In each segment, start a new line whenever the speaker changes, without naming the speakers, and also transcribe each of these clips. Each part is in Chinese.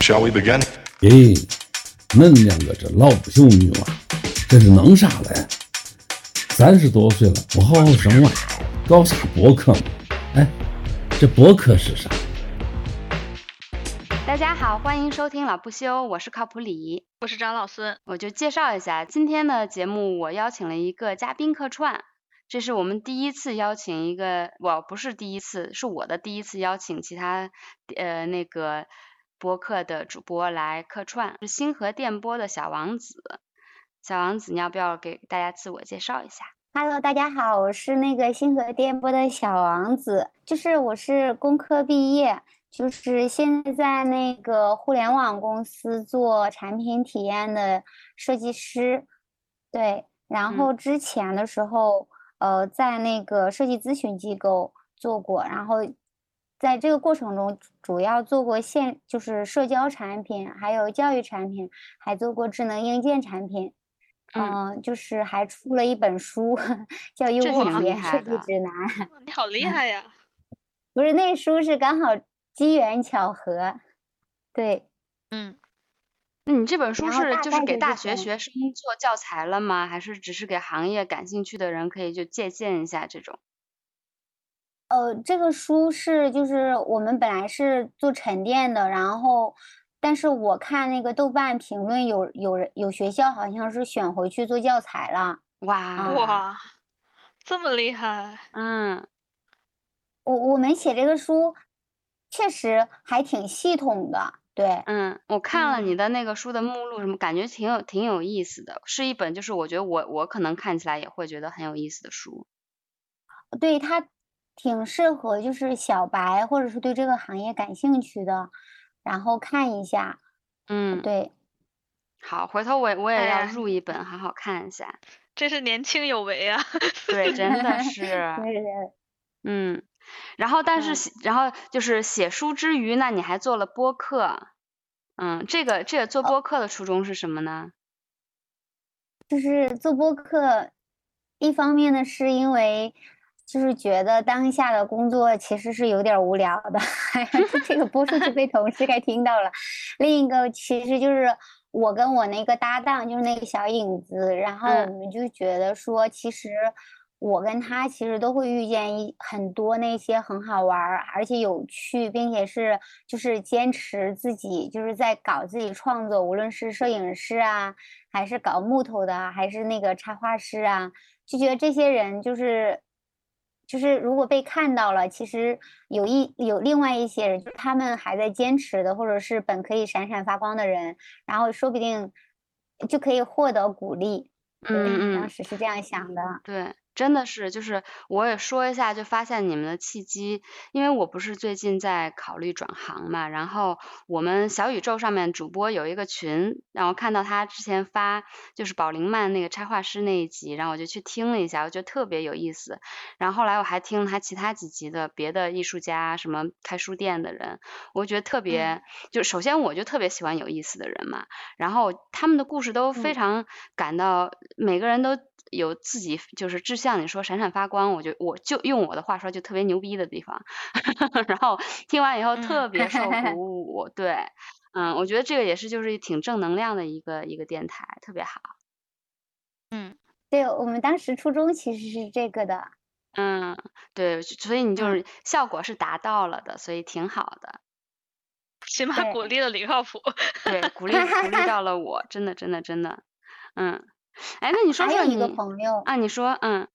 Shall we begin？
咦，恁两个这老不休女娃，这是弄啥嘞？三十多岁了，不好好生娃，搞啥博客呢？哎，这博客是啥？
大家好，欢迎收听老不休，我是靠谱李。
我是张老孙，
我就介绍一下今天的节目，我邀请了一个嘉宾客串，这是我们第一次邀请一个，我不是第一次，是我的第一次邀请其他呃那个播客的主播来客串，是星河电波的小王子。小王子，你要不要给大家自我介绍一下？
Hello，大家好，我是那个星河电波的小王子，就是我是工科毕业，就是现在在那个互联网公司做产品体验的设计师，对，然
嗯
后之前的时候，呃，在那个设计咨询机构做过，然后在这个过程中主要做过线，就是社交产品，还有教育产品，还做过智能硬件产品。
嗯
嗯、就是还出了一本书， 叫《
这
用户
挺
体
厉
验
害
设计
的
指南》。
你好厉害呀！
不是那书是刚好机缘巧合，对，
嗯，
嗯，你这本书
然后
是
大
就
概
是给
就是
大
这
学
样
学生做教材了吗？还是只是给行业感兴趣的人可以就借鉴一下这种？
呃，这个书是就是我们本来是做沉淀的，然后，但是我看那个豆瓣评论有有人有学校好像是选回去做教材了，啊
哇
哇，这么厉害！
嗯
我我们写这个书确实还挺系统的，对，
嗯，我看了你的那个书的目录，什么感觉挺有挺有意思的，是一本就是我觉得我我可能看起来也会觉得很有意思的书。
嗯对它挺适合就是小白或者是对这个行业感兴趣的，然后看一下，
嗯，
对。
好，回头我也我也
哎
要
呀
入一本，好好看一下。
真是年轻有为啊！
对，真 的是，
对
嗯。然后，但是
嗯
写，然后就是写书之余，那你还做了播客，嗯，这个这个做播客的初衷是什么呢？
就是做播客，一方面呢是因为就是觉得当下的工作其实是有点儿无聊的， 这个播出去被同事给听到了。另一个其实就是我跟我那个搭档，就是那个小影子，然后我
嗯
们就觉得说，其实我跟他其实都会遇见一很多那些很好玩儿，而且有趣，并且是就是坚持自己就是在搞自己创作，无论是摄影师啊，还是搞木头的啊，还是那个插画师啊，就觉得这些人就是。就是如果被看到了，其实有一有另外一些人，就是他们还在坚持的，或者是本可以闪闪发光的人，然后说不定就可以获得鼓励。对
嗯嗯
当。时是这样想的。
对，真的是，就是我也说一下，就发现你们的契机，因为我不是最近在考虑转行嘛，然后我们小宇宙上面主播有一个群，然后看到他之前发就是宝灵曼那个插画师那一集，然后我就去听了一下，我觉得特别有意思，然后后来我还听了他其他几集的别的艺术家什么开书店的人，我觉得特别，就首先我就特别喜欢有意思的人嘛，然后他们的故事都非
嗯
常感到每个人都有自己就是志向，你说闪闪发光，我就我就用我的话说就特别牛逼的地方， 然后听完以后
嗯
特别受鼓舞，对，嗯，我觉得这个也是就是挺正能量的一个一个电台，特别好，
嗯，
对我们当时初衷其实是这个的，
嗯，对，所以你就
嗯
是效果是达到了的，所以挺好 的，
起码
对
鼓励了李靠谱。
对，鼓励鼓励到了我，真的真的真的，嗯，哎，那你说
还
说
有
你
一个朋友，
啊，你说，嗯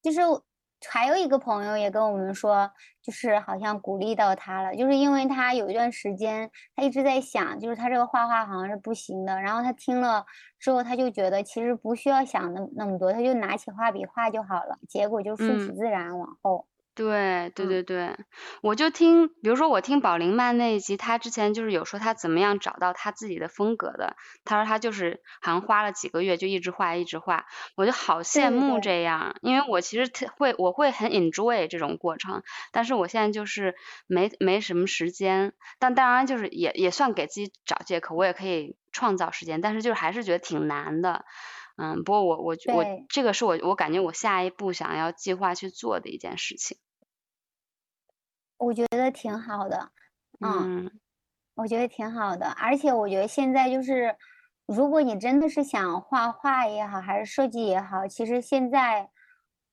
就是我还有一个朋友也跟我们说，就是好像鼓励到他了，就是因为他有一段时间他一直在想，就是他这个画画好像是不行的，然后他听了之后，他就觉得其实不需要想那么那么多，他就拿起画笔画就好了，结果就顺其
嗯
自然往后。
对对
嗯
对对，我就听，比如说我听宝灵曼那一集，他之前就是有说他怎么样找到他自己的风格的，他说他就是好像花了几个月就一直画一直画，我就好羡
对
慕
对
这样，因为我其实特会我会很 enjoy 这种过程，但是我现在就是没没什么时间，但当然就是也也算给自己找借口，我也可以创造时间，但是就是还是觉得挺难的。嗯，不过我我我
对
这个是我我感觉我下一步想要计划去做的一件事情。
我觉得挺好的，嗯，
嗯
我觉得挺好的，而且我觉得现在就是，如果你真的是想画画也好，还是设计也好，其实现在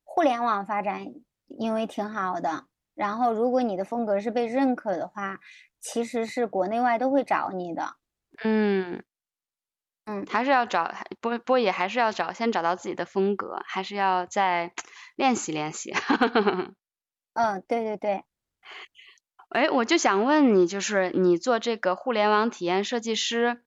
互联网发展因为挺好的，然后如果你的风格是被认可的话，其实是国内外都会找你的。
嗯
嗯
还是要找还波波也还是要找，先找到自己的风格，还是要再练习练习。
嗯，对对对，
哎，我就想问你，就是你做这个互联网体验设计师，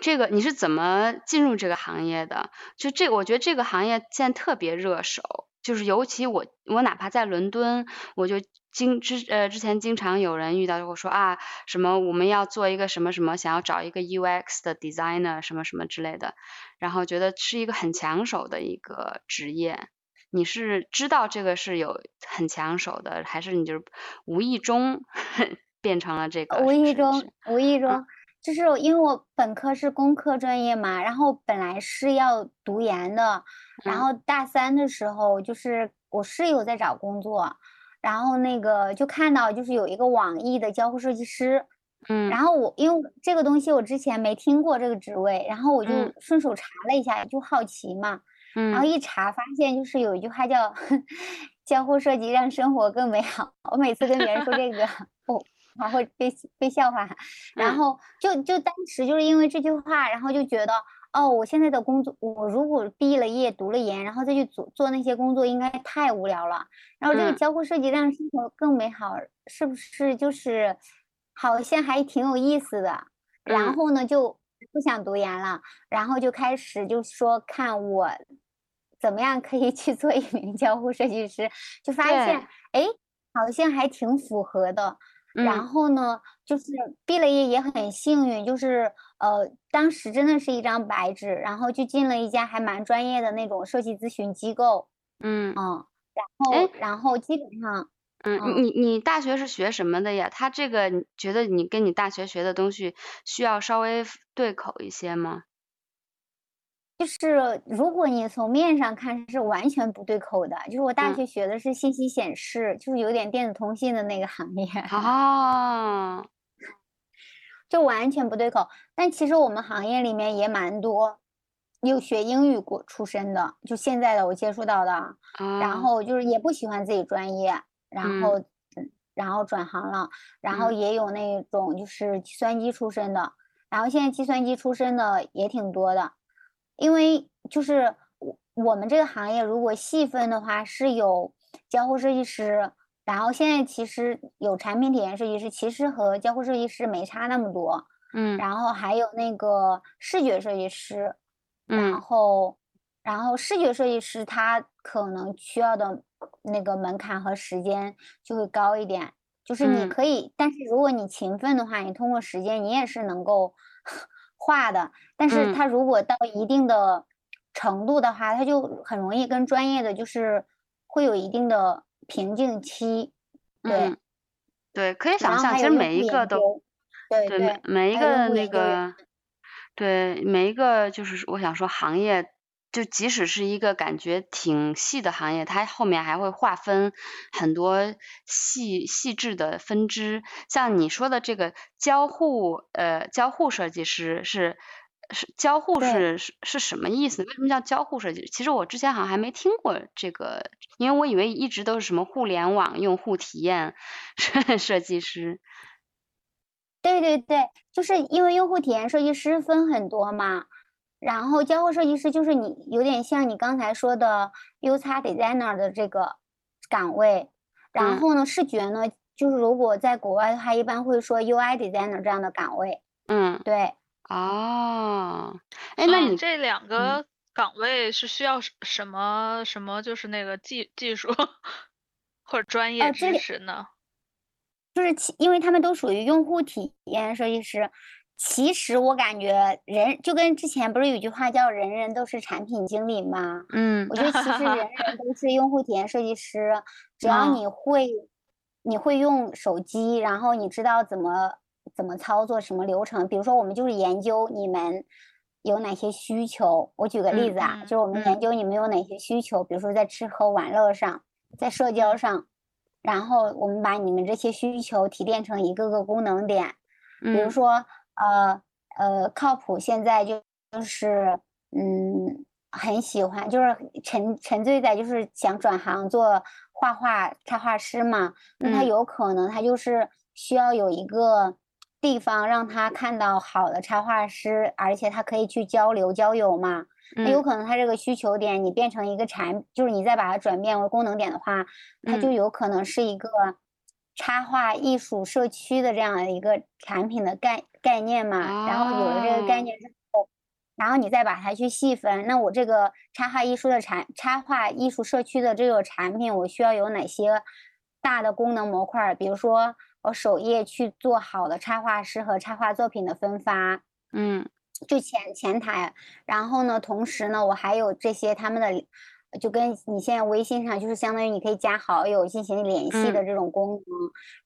这个你是怎么进入这个行业的？就这，我觉得这个行业现在特别热手，就是尤其我我哪怕在伦敦，我就经之呃之前经常有人遇到过说啊什么我们要做一个什么什么，想要找一个 UX 的 designer 什么什么之类的，然后觉得是一个很抢手的一个职业。你是知道这个是有很抢手的，还是你就是无意中 变成了这个？
呃无
啊是
意
不
中
是，嗯
无意中，就是我因为我本科是工科专业嘛，然后本来是要读研的，然
嗯
后大三的时候，就是我室友在找工作，然后那个就看到就是有一个网易的交互设计师，
嗯
然后我因为这个东西我之前没听过这个职位，然后我就
嗯
顺手查了一下，就好奇嘛，然后
嗯
一查发现就是有一句话叫 交互设计让生活更美好。我每次跟别人说这个， 我还会被被笑话。然
嗯
后就就当时就是因为这句话，然后就觉得哦，我现在的工作，我如果毕了业、读了研，然后再去做做那些工作，应该太无聊了。然后这个
嗯
交互设计让生活更美好，是不是就是好像还挺有意思的？然
嗯
后呢，就不想读研了。然后就开始就说看我怎么样可以去做一名交互设计师，就发现
对
哎，诶好像还挺符合的。然
嗯
后呢，就是毕了业也很幸运，就是呃，当时真的是一张白纸，然后就进了一家还蛮专业的那种设计咨询机构，
嗯
嗯，
诶
然后然后基本上
嗯，
嗯
你你大学是学什么的呀？他这个你觉得你跟你大学学的东西需要稍微对口一些吗？
就是如果你从面上看是完全不对口的，就是我大
嗯
学学的是信息显示，就是有点电子通信的那个行业，
哦，
就完全不对口。但其实我们行业里面也蛮多有学英语过出身的，就现在的我接触到的啊，然
哦
后就是也不喜欢自己专业，
嗯
然后嗯然后转行了，然后
嗯
也有那种就是计算机出身的，然后现在计算机出身的也挺多的，因为就是我我们这个行业如果细分的话是有交互设计师。然后现在其实有产品体验设计师，其实和交互设计师没差那么多，
嗯
然后还有那个视觉设计师，然
嗯
后然后视觉设计师他可能需要的那个门槛和时间就会高一点，就是你
嗯
可以，但是如果你勤奋的话，你通过时间你也是能够 画的，但是
嗯
他如果到一定的程度的话，他就很容易跟专业的就是会有一定的瓶颈期，对
嗯，，对，可以
然
想
后
象，
还
其
有
实
用
每
户
一个
研
都
究，对
对，每每一
还有用
个
户
那
研究员。
个，对，每一个就是我想说行业，就即使是一个感觉挺细的行业，它后面还会划分很多细细致的分支。像你说的这个交互，呃，交互设计师是是交互
对
是是是什么意思？为什么叫交互设计？其实我之前好像还没听过这个，因为我以为一直都是什么互联网用户体验 设计师。
对对对，就是因为用户体验设计师分很多嘛，然后交互设计师就是你有点像你刚才说的 U x designer 的这个岗位，然
嗯
后呢，视觉呢，就是如果在国外的话，一般会说 UI designer 这样的岗位，
嗯。
对。
哦，哎，那
嗯
你
这两个岗位是需要什什么什么？就是那个技技术或者专业
啊
这
知
里
识呢？
嗯
就是其，因为他们都属于用户体验设计师。其实我感觉人就跟之前不是有句话叫“人人都是产品经理”吗？
嗯
我觉得其 实人人都是用户体验设计师，只要
嗯
你会，你会用手机，然后你知道怎么怎么操作什么流程。比如说，我们就是研究你们有哪些需求。我举个例
嗯
子啊，
嗯
就是我们
嗯
研究你们有哪些需求，比如说在吃喝玩乐上，在社
嗯
交上，然后我们把你们这些需求提炼成一个个功能点，比如
嗯
说，呃呃，靠谱现在就就是嗯，很喜欢，就是沉沉醉在就是想转行做画画插画师嘛。那他
嗯
有可能他就是需要有一个地方让他看到好的插画师，而且他可以去交流交友嘛。那有
嗯
可能他这个需求点你变成一个产，就是你再把它转变为功能点的话，它就
嗯
有可能是一个插画艺术社区的这样的一个产品的概概念嘛。然后有了这个概
哦
念之后，然后你再把它去细分，那我这个插画艺术的产插画艺术社区的这个产品，我需要有哪些大的功能模块儿？比如说我首页去做好的插画师和插画作品的分发，
嗯
就前前台，然后呢，同时呢，我还有这些他们的，就跟你现在微信上就是相当于你可以加好友进行联系的这种功能，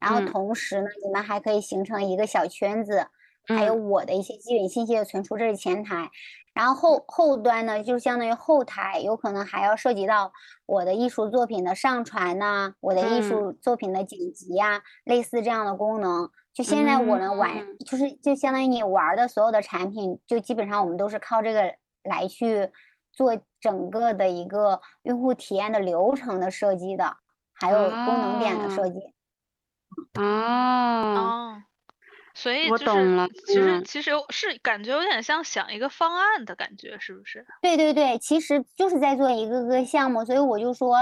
然
嗯
后同时呢，你们还可以形成一个小圈子，还有
嗯
我的一些基本信息的存储，这是前台。然后后后端呢，就相当于后台，有可能还要涉及到我的艺术作品的上传呐、我的艺
嗯
术作品的剪辑呀、类似这样的功能。就现在我能玩，
嗯
就是就相当于你玩儿的所有的产品，就基本上我们都是靠这个来去做整个的一个用户体验的流程的设计的，还有功能点的
哦
设计。
嗯哦，
哦，所以
我
就是
懂了
其实
嗯
其实有是感觉有点像想一个方案的感觉，是不是？
对对对，其实就是在做一个个项目，所以我就说，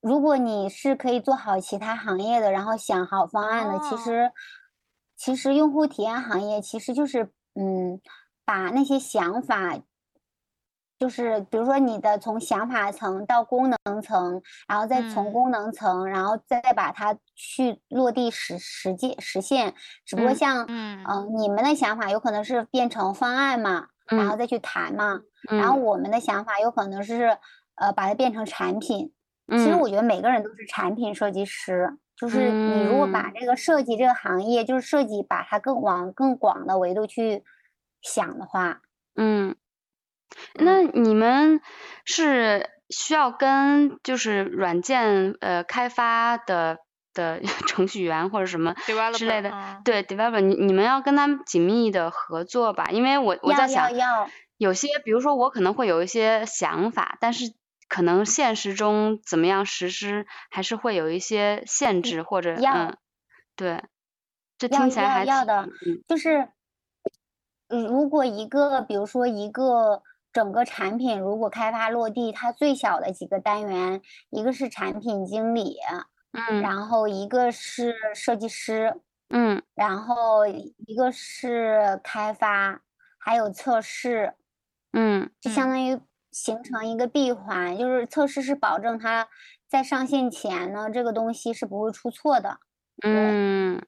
如果你是可以做好其他行业的，然后想好方案的，其
哦
实其实用户体验行业其实就是嗯，把那些想法。就是比如说你的从想法层到功能层，然后再从
嗯
功能层，然后再把它去落地实实际实现。只不过
嗯
像
嗯
呃你们的想法有可能是变成方案嘛，然后
嗯
再去谈嘛。
嗯，
然后我们的想法有可能是，呃，把它变成产品。其实
嗯
我觉得每个人都是产品设计师，就是你如果把
嗯
这个设计这个行业，就是设计把它更往更广的维度去想的话，
嗯，那
嗯
你们是需要跟就是软件呃开发的的 程序员或者什么之类
developer，
的，
嗯
对 developer，你你们要跟他们紧密的合作吧，因为我我
要
在
要
想，
要，
有些比如说我可能会有一些想法，但是可能现实中怎么样实施还是会有一些限制或者
要
嗯，对，这
要
听起来
要
还
要
挺
的就是，嗯如果一个比如说一个整个产品如果开发落地，它最小的几个单元，一个是产品经理，
嗯
然后一个是设计师，
嗯
然后一个是开发，还有测试，
嗯
就相
嗯
当于形成一个闭环，就是测试是保证它在上线前呢，这个东西是不会出错的
嗯，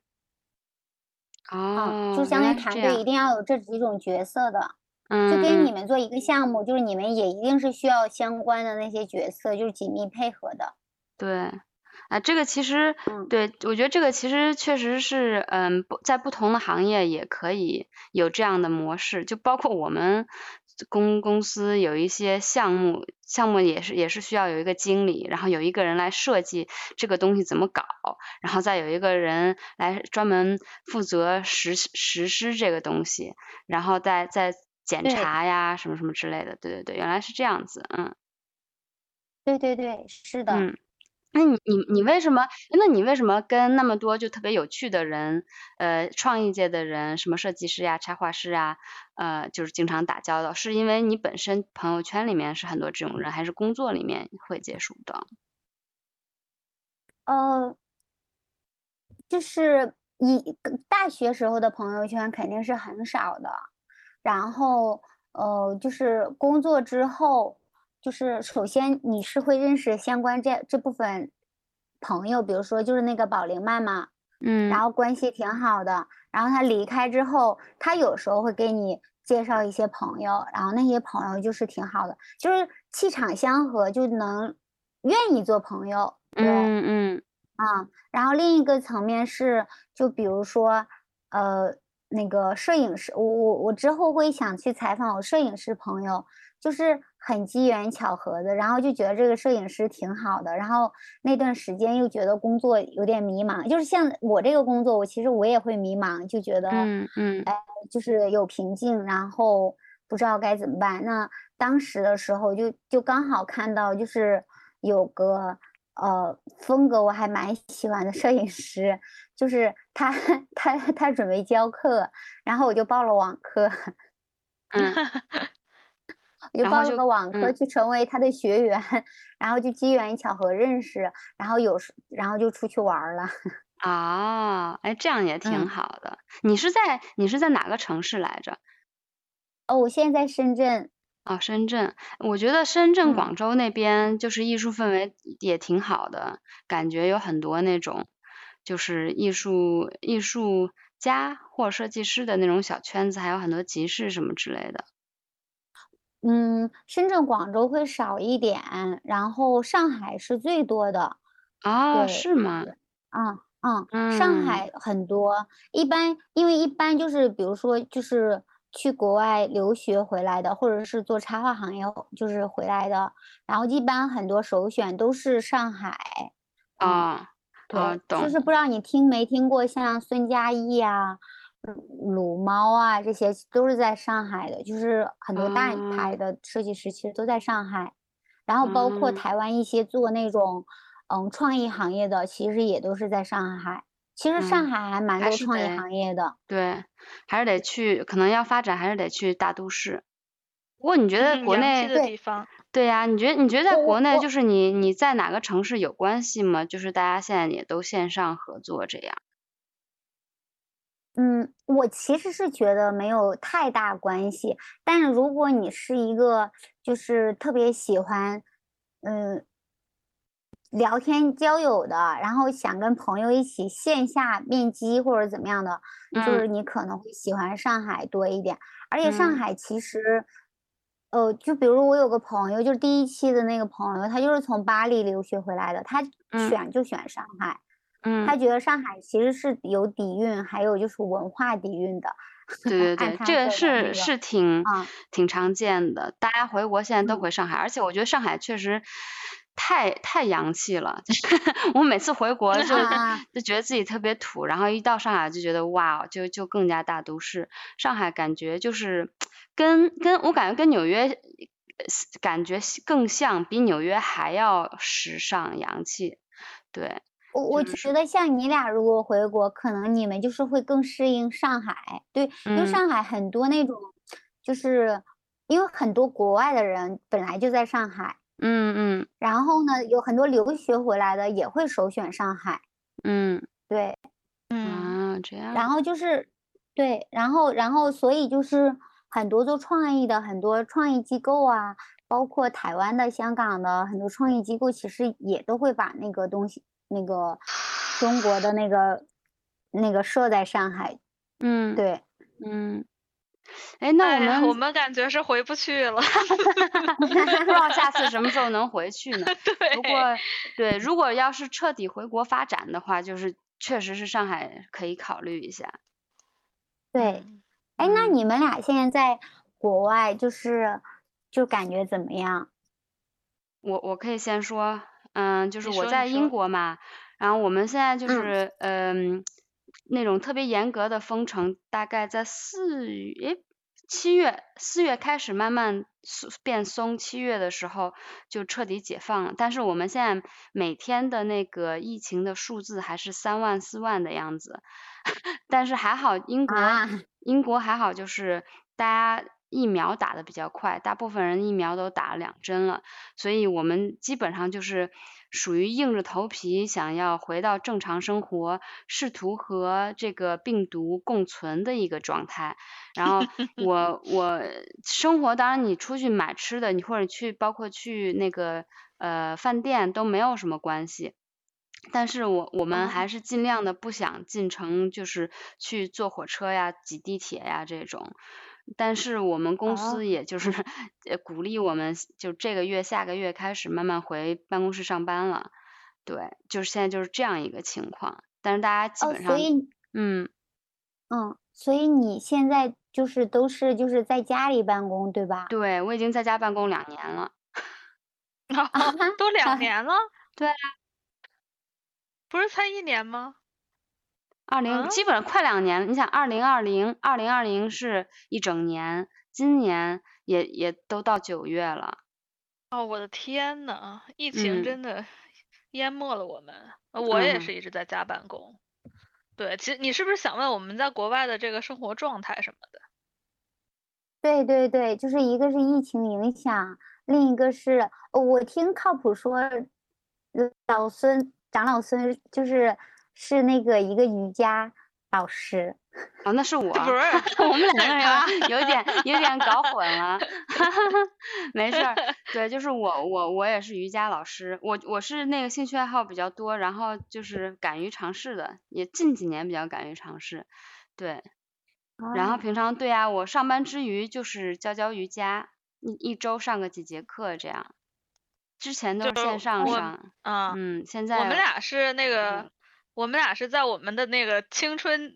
啊，
哦，
就
原
相当
来
于
是
团
这
队
样，
一定要有这几种角色的，
嗯
就跟你
嗯
们做一个项目，就是你们也一定是需要相关的那些角色，就是紧密配合的，
对，啊，这个其实
嗯
对我觉得这个其实确实是，嗯，不在不同的行业也可以有这样的模式，就包括我们公公司有一些项目，项目也是也是需要有一个经理，然后有一个人来设计这个东西怎么搞，然后再有一个人来专门负责实实施这个东西，然后再再检
对
查呀什么什么之类的，对对对，原来是这样子，嗯。
对对对，是的。
嗯，那你你你为什么？那你为什么跟那么多就特别有趣的人，呃，创意界的人，什么设计师呀、插画师啊，呃，就是经常打交道？是因为你本身朋友圈里面是很多这种人，还是工作里面会接触到？
呃，就是以大学时候的朋友圈肯定是很少的，然后呃，就是工作之后，就是首先你是会认识相关这这部分朋友，比如说就是那个宝玲曼嘛，
嗯
然后关系挺好的，然后她离开之后，她有时候会给你介绍一些朋友，然后那些朋友就是挺好的，就是气场相合，就能愿意做朋友，对。
嗯嗯
啊，然后另一个层面是，就比如说，呃，那个摄影师，我我我之后会想去采访我摄影师朋友，就是很机缘巧合的，然后就觉得这个摄影师挺好的，然后那段时间又觉得工作有点迷茫，就是像我这个工作，我其实我也会迷茫，就觉得
嗯嗯
哎，就是有瓶颈，然后不知道该怎么办。那当时的时候就就刚好看到，就是有个呃风格我还蛮喜欢的摄影师，就是他他他准备教课，然后我就报了网 课，
嗯，
我就
然
报
后
了
就
个网课
嗯
去成为他的学员，然后就机缘巧合认识，然后有时然后就出去玩儿了。
啊，哎，这样也挺
嗯
好的。你是在你是在哪个城市来着？
哦，我现在在深圳，
哦，深圳，我觉得深圳、
嗯
广州那边就是艺术氛围也挺好的，感觉有很多那种就是艺术艺术家或设计师的那种小圈子，还有很多集市什么之类的。
嗯，深圳、广州会少一点，然后上海是最多的。
哦，
对
是吗？
嗯嗯，上
嗯
海很多，一般因为一般就是比如说就是去国外留学回来的，或者是做插画行业就是回来的，然后一般很多首选都是上海。嗯，
哦，
对，
哦，懂
就是不知道你听没听过，像孙佳艺啊、鲁鲁猫啊这些都是在上海的，就是很多大
哦
牌的设计师其实都在上海，然后包括
嗯
台湾一些做那种嗯创意行业的，其实也都是在上海。其实上
嗯
海还蛮
还
多
是
创意
得
行业的，
对，还是得去，可能要发展，还是得去大都市。不过你觉得
嗯
国
洋气
内
的
对
地方，
对呀、你觉得你觉得在
我
国内
我
就是你你在哪个城市有关系吗？就是大家现在也都线上合作这样。
嗯，我其实是觉得没有太大关系，但是如果你是一个就是特别喜欢，嗯，聊天交友的，然后想跟朋友一起线下面基或者怎么样的，就
嗯
是你可能会喜欢上海多一点。而且上
嗯
海其实，呃，就比如我有个朋友，就是第一期的那个朋友，他就是从巴黎留学回来的，他
嗯
选就选上海。他
嗯，
觉得上海其实是有底蕴，还有就是文化底蕴的。
对对
按
对，
他
这
说
个
的
是
那个
是挺
啊
挺常见的，大家回国现在都
嗯
回上海，而且我觉得上海确实太太洋气了。 我每次回国就
啊 啊
就觉得自己特别土，然后一到上海就觉得哇，就就更加大都市。上海感觉就是跟跟我感觉跟纽约呃感觉更像，比纽约还要时尚洋气。对，
我我
就是
觉得像你俩如果回国，可能你们就是会更适应上海，对，因为
嗯
上海很多那种，就是因为很多国外的人本来就在上海，
嗯
然后呢，有很多留学回来的也会首选上海，
嗯
对，
嗯
嗯，
啊，这样。
然后就是，对，然后然后所以就是很多做创意的很多创意机构啊，包括台湾的、香港的很多创意机构，其实也都会把那个东西，那个中国的那个那个设在上海。
嗯
对，
嗯，哎，那我
哎呀
们
我们感觉是回不去了。
不知道下次什么时候能回去呢？
对，
不过，对，如果要是彻底回国发展的话，就是确实是上海可以考虑一下。
对，
嗯
哎，那
嗯
你们俩现在在国外，就是就感觉怎么样？
我我可以先说，嗯，就是
你
我
说
在
你
英
说
国嘛，然后我们现在就
嗯
是嗯，那种特别严格的封城，大概在四月、诶七月、四月开始慢慢松变松，七月的时候就彻底解放了。但是我们现在每天的那个疫情的数字还是三万、四万的样子， 但是还好英国
啊，
英国还好，就是大家疫苗打的比较快，大部分人疫苗都打了两针了，所以我们基本上就是属于硬着头皮想要回到正常生活，试图和这个病毒共存的一个状态。然 后我我生活，当然你出去买吃的，你或者去包括去那个呃饭店都没有什么关系。但是我我
哦
们还是尽量的不想进城，就是去坐火车呀、挤地铁呀这种。但是我们公
哦
司也就是 呃鼓励我们，就这个月、下个月开始慢慢回办公室上班了。对，就是现在就是这样一个情况。但是大家基
哦，
本上，
所以
嗯，
嗯，所以你现在就是都是就是在家里办公，对吧？
对我已经在家办公两年了，，
都两年了
啊 对啊，
不是才一年吗？
二零、
啊
基本上快两年了。你想，二零二零、二零二零是一整年，今年也也都到九月了。
哦，我的天呐，疫
嗯
情真的淹没了我们。呃我也
嗯
是一直在家办公。对，其实你是不是想问我们在国外的这个生活状态什么的？
对对对，就是一个是疫情影响，另一个是呃我听靠谱说，呃老孙长老孙就是是那个一个瑜伽老师，
哦，那是我，，
不是
我们两个人啊，有点有点搞混了， 没事儿。对，就是我我我也是瑜伽老师，我我是那个兴趣爱好比较多，然后就是敢于尝试的，也近几年比较敢于尝试。对，然后
啊
平常对啊，我上班之余就是教教瑜伽，一一周上个几节课这样。之前都是
就是
线上
我
上，
啊，
嗯，现在
我们俩是那
嗯
个，我们俩是在我们的那个青春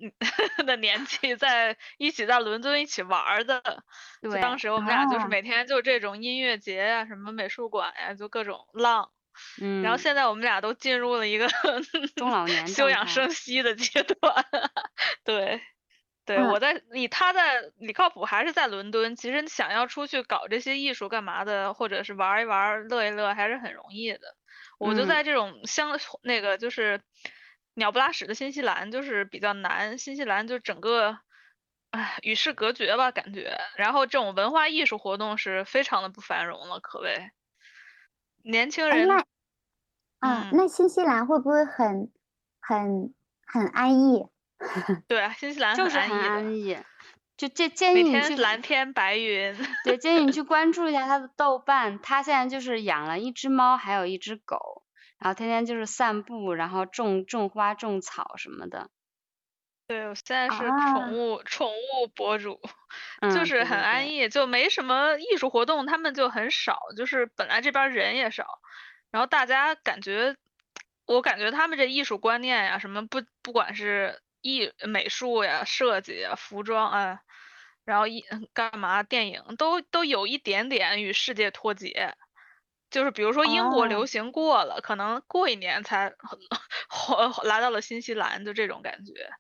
的年纪，在一起在伦敦一起玩儿的。就
对
当时我们俩就是
啊
每天就这种音乐节呀、什么美术馆呀、就各种浪。
嗯，
然后现在我们俩都进入了一个
中老年
休
状
养
态
生息的阶段。 对，对，
嗯
我在你他在李靠谱还是在伦敦，其实你想要出去搞这些艺术干嘛的，或者是玩一玩、乐一乐，还是很容易的。我就
嗯
在这种相 那个就是鸟不拉屎的新西兰，就是比较难。新西兰就整个。唉，与世隔绝吧，感觉。然后这种文化艺术活动是非常的不繁荣了，可谓。年轻
哎
人
那啊
嗯
那新西兰会不会很很很安逸？
对啊，新西兰
就是
安
很
逸的，
安逸，就这建
每
议你去
天蓝天白云。
对，建议你去关注一下他的豆瓣，他现在就是养了一只猫，还有一只狗，然后天天就是散步，然后种种花、种草什么的。
对，我现在是
啊
宠物、宠物博主，
嗯，
就是很安
逸。
逸，就没什么艺术活动，他们就很少，就是本来这边儿人也少，然后大家感觉，我感觉他们这艺术观念呀，什么不不管是艺美术呀、设计呀、服装啊，然后一 干嘛电影都都有一点点与世界脱节。就是比如说英国流
哦
行过了，可能过一年才 来到了新西兰，就这种感觉。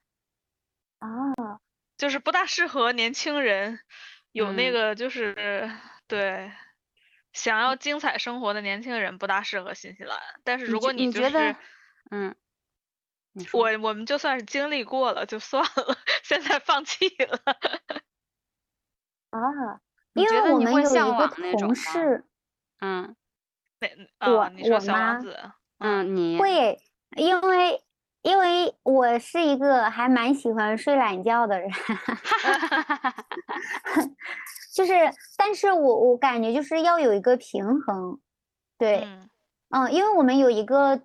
哦，
就是不大适合年轻人，有那
嗯
个就是、对，想要精彩生活的年轻人不大适合新西兰。但是
你
如
觉
果
你
就
觉得
是
嗯，你说
我我们就算是经历过了就算了， 现在放弃了。
啊，
你
因
哦觉
为
得
我
你
们
会
有
向
一个
往那种吗
同事，
嗯
啊、
我
你说
我
小
妈
王子，
嗯，你
会，因为因为我是一个还蛮喜欢睡懒觉的人， 就是，但是我我感觉就是要有一个平衡，对，
嗯
嗯，因为我们有一个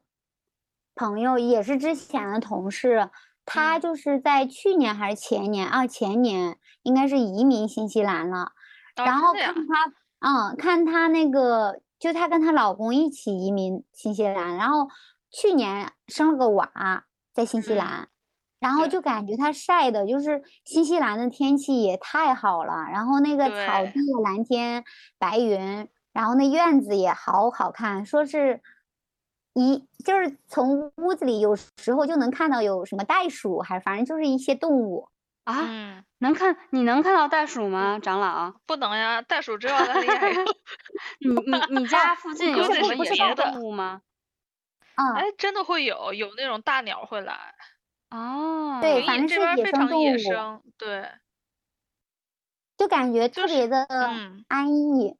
朋友也是之前的同事，他
嗯
就是在去年还是前年啊，前年应该是移民新西兰了。
哦
然
真
后
的呀
看她，嗯，看她那个，就她跟她老公一起移民新西兰，然后去年生了个娃在新西
嗯
兰，然后
对
就感觉她晒的，就是新西兰的天气也太好了，然后那个草
对
地蓝天白云，然后那院子也好好看，说是。一就是从屋子里有时候就能看到有什么袋鼠，还反正就是一些动物，
啊，
嗯，
能看你能看到袋鼠吗，长老？
不能呀，袋鼠知道它厉 害。
你你你家附近有
不是
什么
不
野
是
生
别的
动物吗？
嗯，
哎，真的会有有那种大鸟会来，
哦，
对
野
反正
这
是
边儿
野
非
生
常野
动物
生，对，
就感觉特
就是
别的
嗯。
安逸。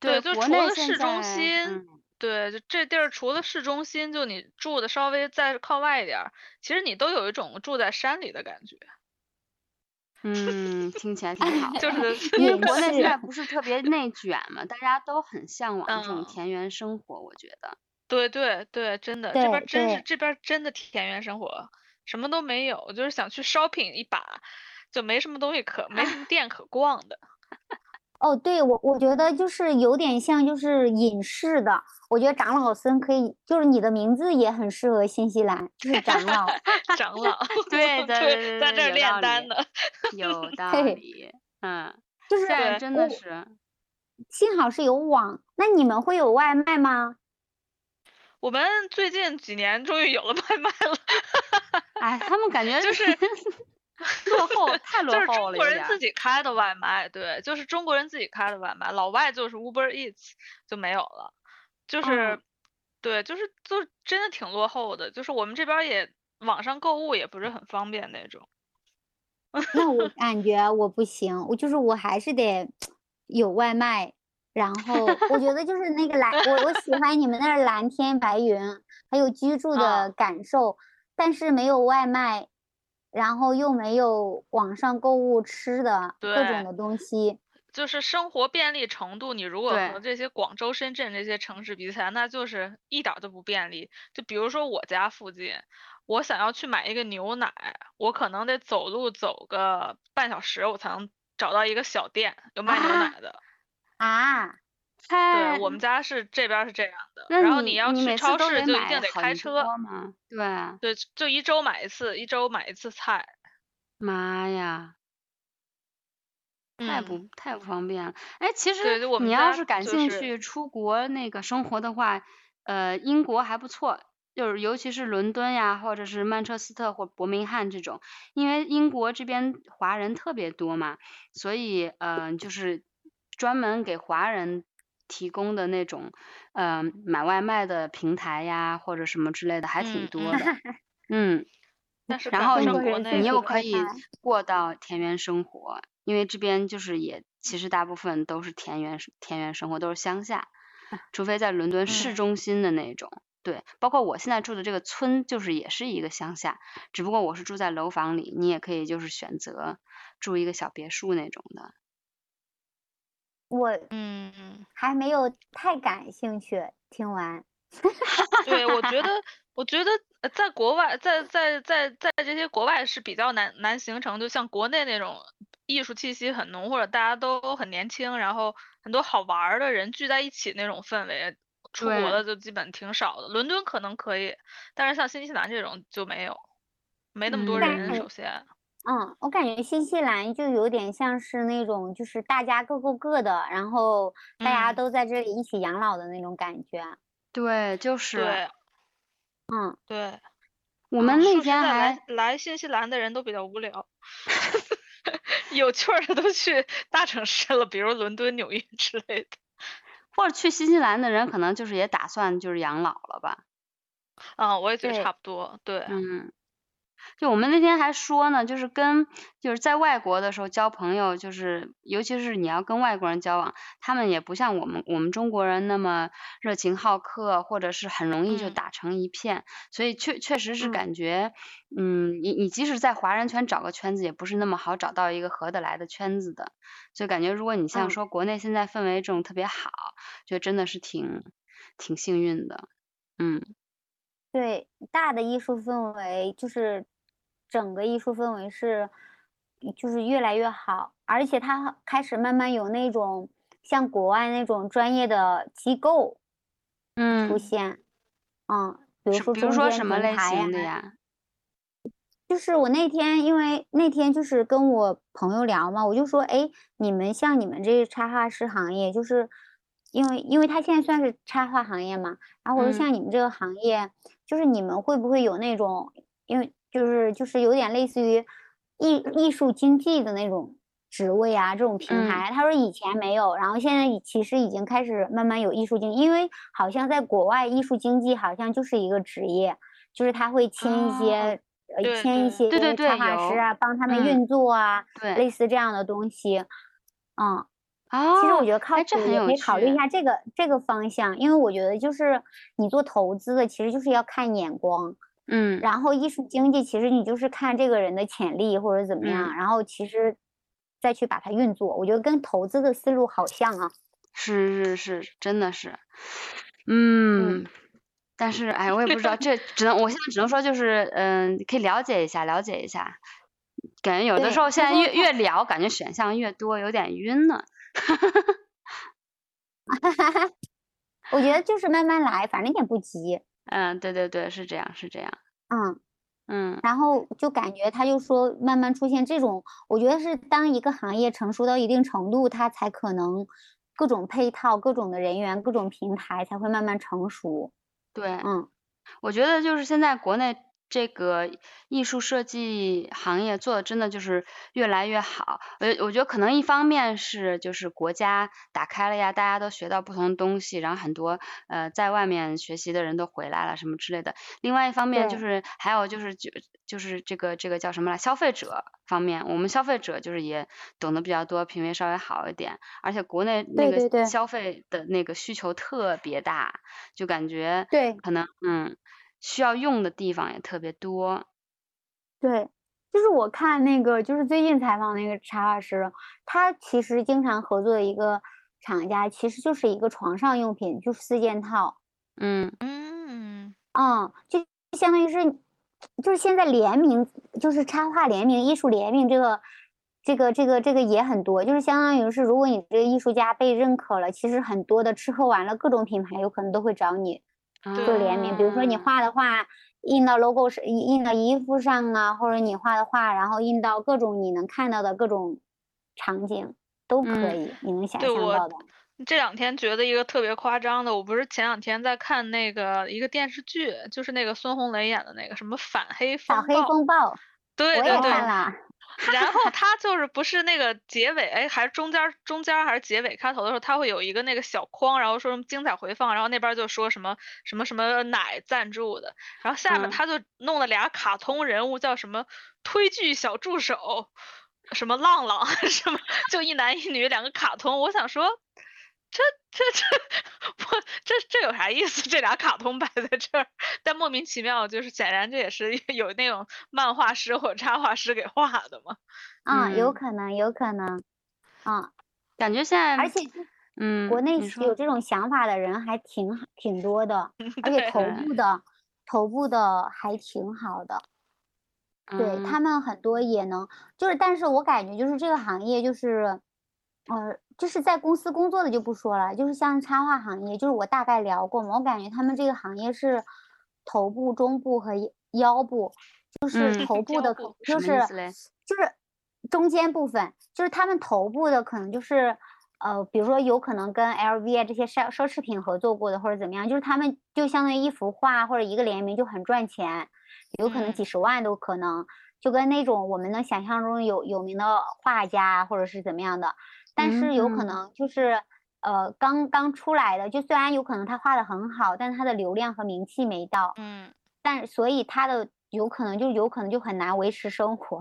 对，
对就
国
除
内
了
现
市中
在
心
嗯
对，就这地儿除了市中心，就你住的稍微再靠外一点儿，其实你都有一种住在山里的感觉。
嗯，听起来挺
哎
好的。
就是
因为
也
国内现
是
在不是特别内卷嘛，大家都很向往这种
嗯
田园生活，我觉得。，
对对对，真的，这边
对
儿真是
对
这边儿真的田园生活，什么都没有， 就是想去 shopping 一把，就没什么东西可没什么店可逛的。
哦，对，我我觉得就是有点像就是隐士的，我觉得长老森可以，就是你的名字也很适合新西兰，就是长老。
长老
对对对对
在这
对
儿
有道理
炼丹呢。
有道
嘿
理，嗯，
就是
但真的
我
是
幸好是有网，那你们会有外卖吗？
我们最近几年终于有了 外卖了，
哎，他们感觉
就是
落后，太落
就是
后
中
了，有
国人
点
自
儿。
己开的外卖，对，就是中国人自己开的外卖，老外就是 Uber Eats 就没有了，就是，
嗯
对，就是就是真的挺落后的，就是我们这边儿也网上购物也不是很方便那种，
那我感觉我不行，我就是我还是得有外卖。然后我觉得就是那个蓝，我我喜欢你们那儿蓝天白云，还有居住的
啊
感受，但是没有外卖，然后又没有网上购物吃的各种
对
的东西。
就是生活便利程度，你如果
对
和这些广州、深圳这些城市比起来，那就是一点儿都不便利。就比如说我家附近，我想要去买一个牛奶，我可能得走路走个半小时，我才能找到一个小店有卖牛
啊
奶的。
啊，
太
对，我们家是这边儿是这样的，
那
然后
你
要
你
去
每次
超
都
市就一
买
定得
好
开
多
车，
嘛？对，啊
对，就一周买一次，一周买一次菜。
妈呀，太
嗯
不太不方便了。哎，其
对
实
就我
你
们
要
家
是感
就
兴
是
趣出国那个生活的话，呃，英国还不错，就是尤其是伦敦呀，或者是曼彻斯特或伯明翰这种，因为英国这边华人特别多嘛，所以呃，就是专门给华人。提供的那种，呃，买外卖的平台呀，或者什么之类的，还挺
嗯
多
嗯
的。嗯，
但是
然
赶
后
不
你
上国
人自
内
己
你又
开
可以
发
过到田园生活，因为这边就是也其实大部分都是田园生田园生活，都是乡下，除非在伦敦市
嗯
中心的那种。对，包括我现在住的这个村，就是也是一个乡下，只不过我是住在楼房里，你也可以就是选择住一个小别墅那种的。
我
嗯嗯。
还没有太感兴趣。听完，
对，我觉得，我觉得呃在国外，在在在在这些国外是比较难难形成，就像国内那种艺术气息很浓，或者大家都很年轻，然后很多好玩儿的人聚在一起那种氛围，出
对
国的就基本挺少的。伦敦可能可以，但是像新西兰这种就没有，没那么多
嗯
人。
但
首先，
嗯，我感觉新西兰就有点像是那种，就是大家各过各的，然后大家
嗯
都在这里一起养老的那种感觉。
对，嗯就是
对
嗯，
对，
我
啊
们
说
那
实
天
在
还
来来新西兰的人都比较 无聊。有趣儿的都去大城市了，比如伦敦、纽约之类的。
或者去新西兰的人，可能就是也打算就是养老了吧。
啊，我也觉得
对
差不多，对，
嗯，就我们那天还说呢，就是跟就是在外国的时候交朋友，就是尤其是你要跟外国人交往，他们也不像我们我们中国人那么热情好客，或者是很容易就
嗯
打成一片，所以确确实是
嗯
感觉，嗯，你你即使在华人圈找个圈子，也不是那么好找到一个合得来的圈子的，所以感觉如果你像
嗯
说国内现在氛围这种特别好，就真的是挺挺幸运的，嗯。
对，大的艺术氛围就是整个艺术氛围是，就是越来越好，而且它开始慢慢有那种像国外那种专业的机构出
嗯，
现。嗯，比如
是
说
比如
中
说
间
什么
平
类
台呀
型的呀？
就是我那天，因为那天就是跟我朋友聊嘛，我就说，哎，你们像你们这插画师行业，就是因为因为他现在算是插画行业嘛，然后我说
嗯
像你们这个行业，就是你们会不会有那种，因为就是就是有点类似于艺艺术经济的那种职位啊，这种平
嗯
台，他说以前没有，然后现在已其实已经开始慢慢有艺术经济，因为好像在国外艺术经济好像就是一个职业，就是他会签一
哦
些。呃，
对
签一些
对
对对对
插画师
有
啊，帮他们
嗯
运作啊，
对，
类似这样的东西。嗯，
哦，
其实我觉得靠
哎这
谱
很
也
有
可以考虑一
趣
下这个这个方向，因为我觉得就是你做投资的，其实就是要看眼光。
嗯，
然后艺术经济，其实你就是看这个人的潜力或者怎么样，
嗯
然后其实再去把它运作。我觉得跟投资的思路好像啊。
是是是，真的是，嗯，但是哎，我也不知道，这只能我现在只能说就是，嗯，可以了解一下，了解一下。感觉有的
对
时候
就
现在
说
越越聊，感觉选项越多，有点晕呢。
我觉得就是慢慢来，反正也不急。
嗯，对对对，是这样，是这样。
嗯，
嗯
然后就感觉他就说慢慢出现这种，我觉得是当一个行业成熟到一定程度，它才可能各种配套、各种的人员、各种平台才会慢慢成熟。
对，
嗯
我觉得就是现在国内这个艺术设计行业做的真的就是越来越好。呃，我觉得可能一方面是就是国家打开了呀，大家都学到不同的东西，然后很多呃在外面学习的人都回来了什么之类的。另外一方面就
对
是还有就是就就是这个这个叫什么来，消费者方面，我们消费者就是也懂得比较多，品味稍微好一点，而且国内那
对对
个
对
消费的那个需求特别大，就感觉
对
可能嗯需要用的地方也特别多，
对，就是我看那个，就是最近采访那个插画师，他其实经常合作的一个厂家，其实就是一个床上用品，就是四件套。
嗯
嗯，
嗯，就相当于是，就是现在联名，就是插画联名、艺术联名这个，这个，这个，这个也很多。就是相当于是，如果你这个艺术家被认可了，其实很多的吃喝玩乐各种品牌有可能都会找你做
对
联名。比如说你
啊
画的画印到 logo 上，印印到衣服上啊，或者你画的画，然后印到各种你能看到的各种场景都可
嗯
以，你能想
对
象
我
到的。
这两天觉得一个特别夸张的，我不是前两天在看那个一个电视剧，就是那个孙红雷演的那个什么反黑
小
风
黑
暴，
风暴，
对
我
对
也
对，
看了。
然后他就是不是那个结尾，哎，还是中间儿中间儿还是结尾开头的时候，他会有一个那个小框，然后说什么精彩回放，然后那边儿就说什么什么什么奶赞助的，然后下
嗯
面他就弄了俩卡通人物，叫什么推剧小助手，什么浪浪， 什么就一男一女两个卡通，我想说。这这 这，我这这有啥意思？这俩卡通摆在这儿，但莫名其妙，就是显然这也是有那种漫画师或者插画师给画的嘛。
啊，有
嗯
可能，有可能，啊，
感觉现在
而且
嗯
国内
你
是有
说
这种想法的人还挺好挺 多的，而且
对
头
对
部的头部的还挺好的，对
嗯
他们很多也能，就是但是我感觉就是这个行业就是，呃，就是在公司工作的就不说了，就是像插画行业，就是我大概聊过嘛，我感觉他们这个行业是头部、中部和腰腰部，就是
嗯
头部的
腰
可
部
就
什么意
是
思 嘞
就是中间部分，就是他们头部的可能就是呃，比如说有可能跟 LV 啊这些奢奢侈品合作过的或者怎么样，就是他们就相当于一幅画或者一个联名就很赚钱，有可能
嗯
几十万都有可能，就跟那种我们能想象中有有名的画家或者是怎么样的，但是有可
嗯
能就是。呃，刚刚出来的，就虽然有可能他画的很好，但是他的流量和名气没到，
嗯，
但是所以他的有可能就有可能就很难维持生活。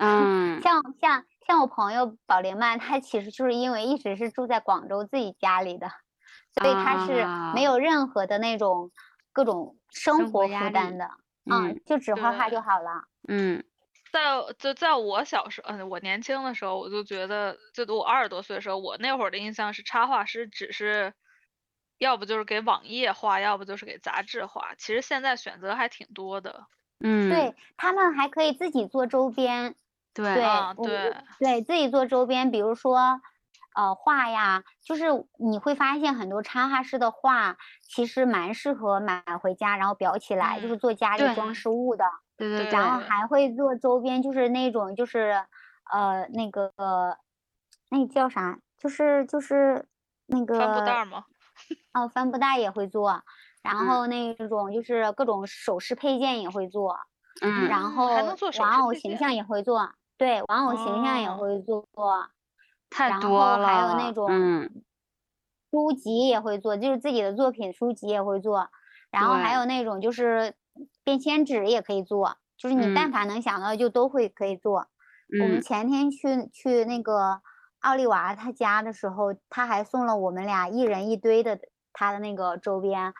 嗯
像像像我朋友宝莲曼，她其实就是因为一直是住在广州自己家里的，所以她是
啊
没有任何的那种各种
生
生
活
活
压
负担
力
的，啊、
嗯
就只画画就
对
好了。
嗯
在就在我小时候，嗯，我年轻的时候，我就觉得，就我二十多岁的时候，我那会儿的印象是插画师只是，要不就是给网页画，要不就是给杂志画。其实现在选择还挺多的。
嗯
对他们还可以自己做周边，
对
对
啊
我
对
对自己做周边，比如说呃画呀，就是你会发现很多插画师的画其实蛮适合买回家，然后裱起来，就是
嗯
做家里
对
装饰物的。
对对
对
然后
对
还会做周边，就是那种就是呃那个那叫啥，就是就是那个
帆布袋儿吗？
哦，帆布袋也会做，然
嗯
后那种就是各种首饰配件也会做，
嗯
然
嗯
后
还能做首
玩
饰
偶
配
形
件
象也会做，对，玩偶形象也
哦
会做，
太
然
多
后
了
还有那种
嗯
书籍也会做，就是自己的作品书籍也会做，然后
对
还有那种就是便签纸也可以做，就是你
嗯
但凡能想到的就都会可以做。我们
嗯
前天去去那个奥利娃他家的时候，他还送了我们俩一人一堆的他的那个周边，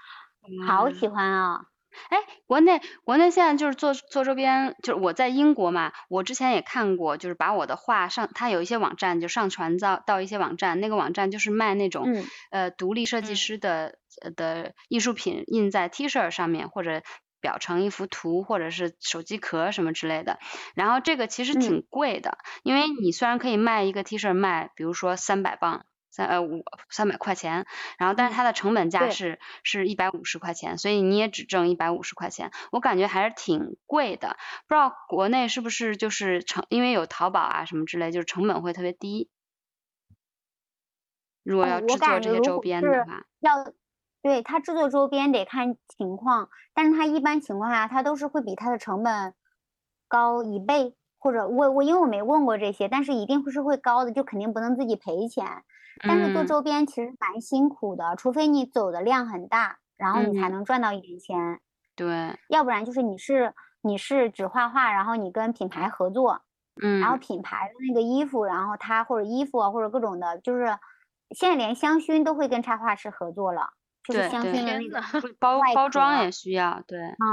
好
哇
喜欢啊！
哎，国内国内现在就是做做周边，就是我在英国嘛，我之前也看过，就是把我的画上，它有一些网站就上传到到一些网站，那个网站就是卖那种、
嗯
呃独立设计
嗯
师的、呃的艺术品印在 T 恤上面或者裱成一幅图或者是手机壳什么之类的。然后这个其实挺贵的，因为你虽然可以卖一个 T 恤卖，比如说三百磅。三呃五三百块钱，然后但是它的成本价
嗯对
是是一百五十块钱，所以你也只挣一百五十块钱，我感觉还是挺贵的。不知道国内是不是就是成，因为有淘宝啊什么之类，就是成本会特别低。如果
嗯
要
我
制作
感
这
觉
些
如
周
果
边
是
的话，
要对它制作周边得看情况，但是它一般情况下它都是会比它的成本高一倍，或者我我因为我没问过这些，但是一定会是会高的，就肯定不能自己赔钱。但是做
嗯
周边其实蛮辛苦的，除非你走的量很大，然后你才
嗯
能赚到一点钱，
对，
要不然就是你是你是只画画，然后你跟品牌合作，
嗯，
然后品牌的那个衣服，然后它或者衣服啊，或者各种的，就是现在连香薰都会跟插画师合作了，就是
对
香
对
薰的
天
那个，
呐，
不包
外
包
壳
装也需要，对，
嗯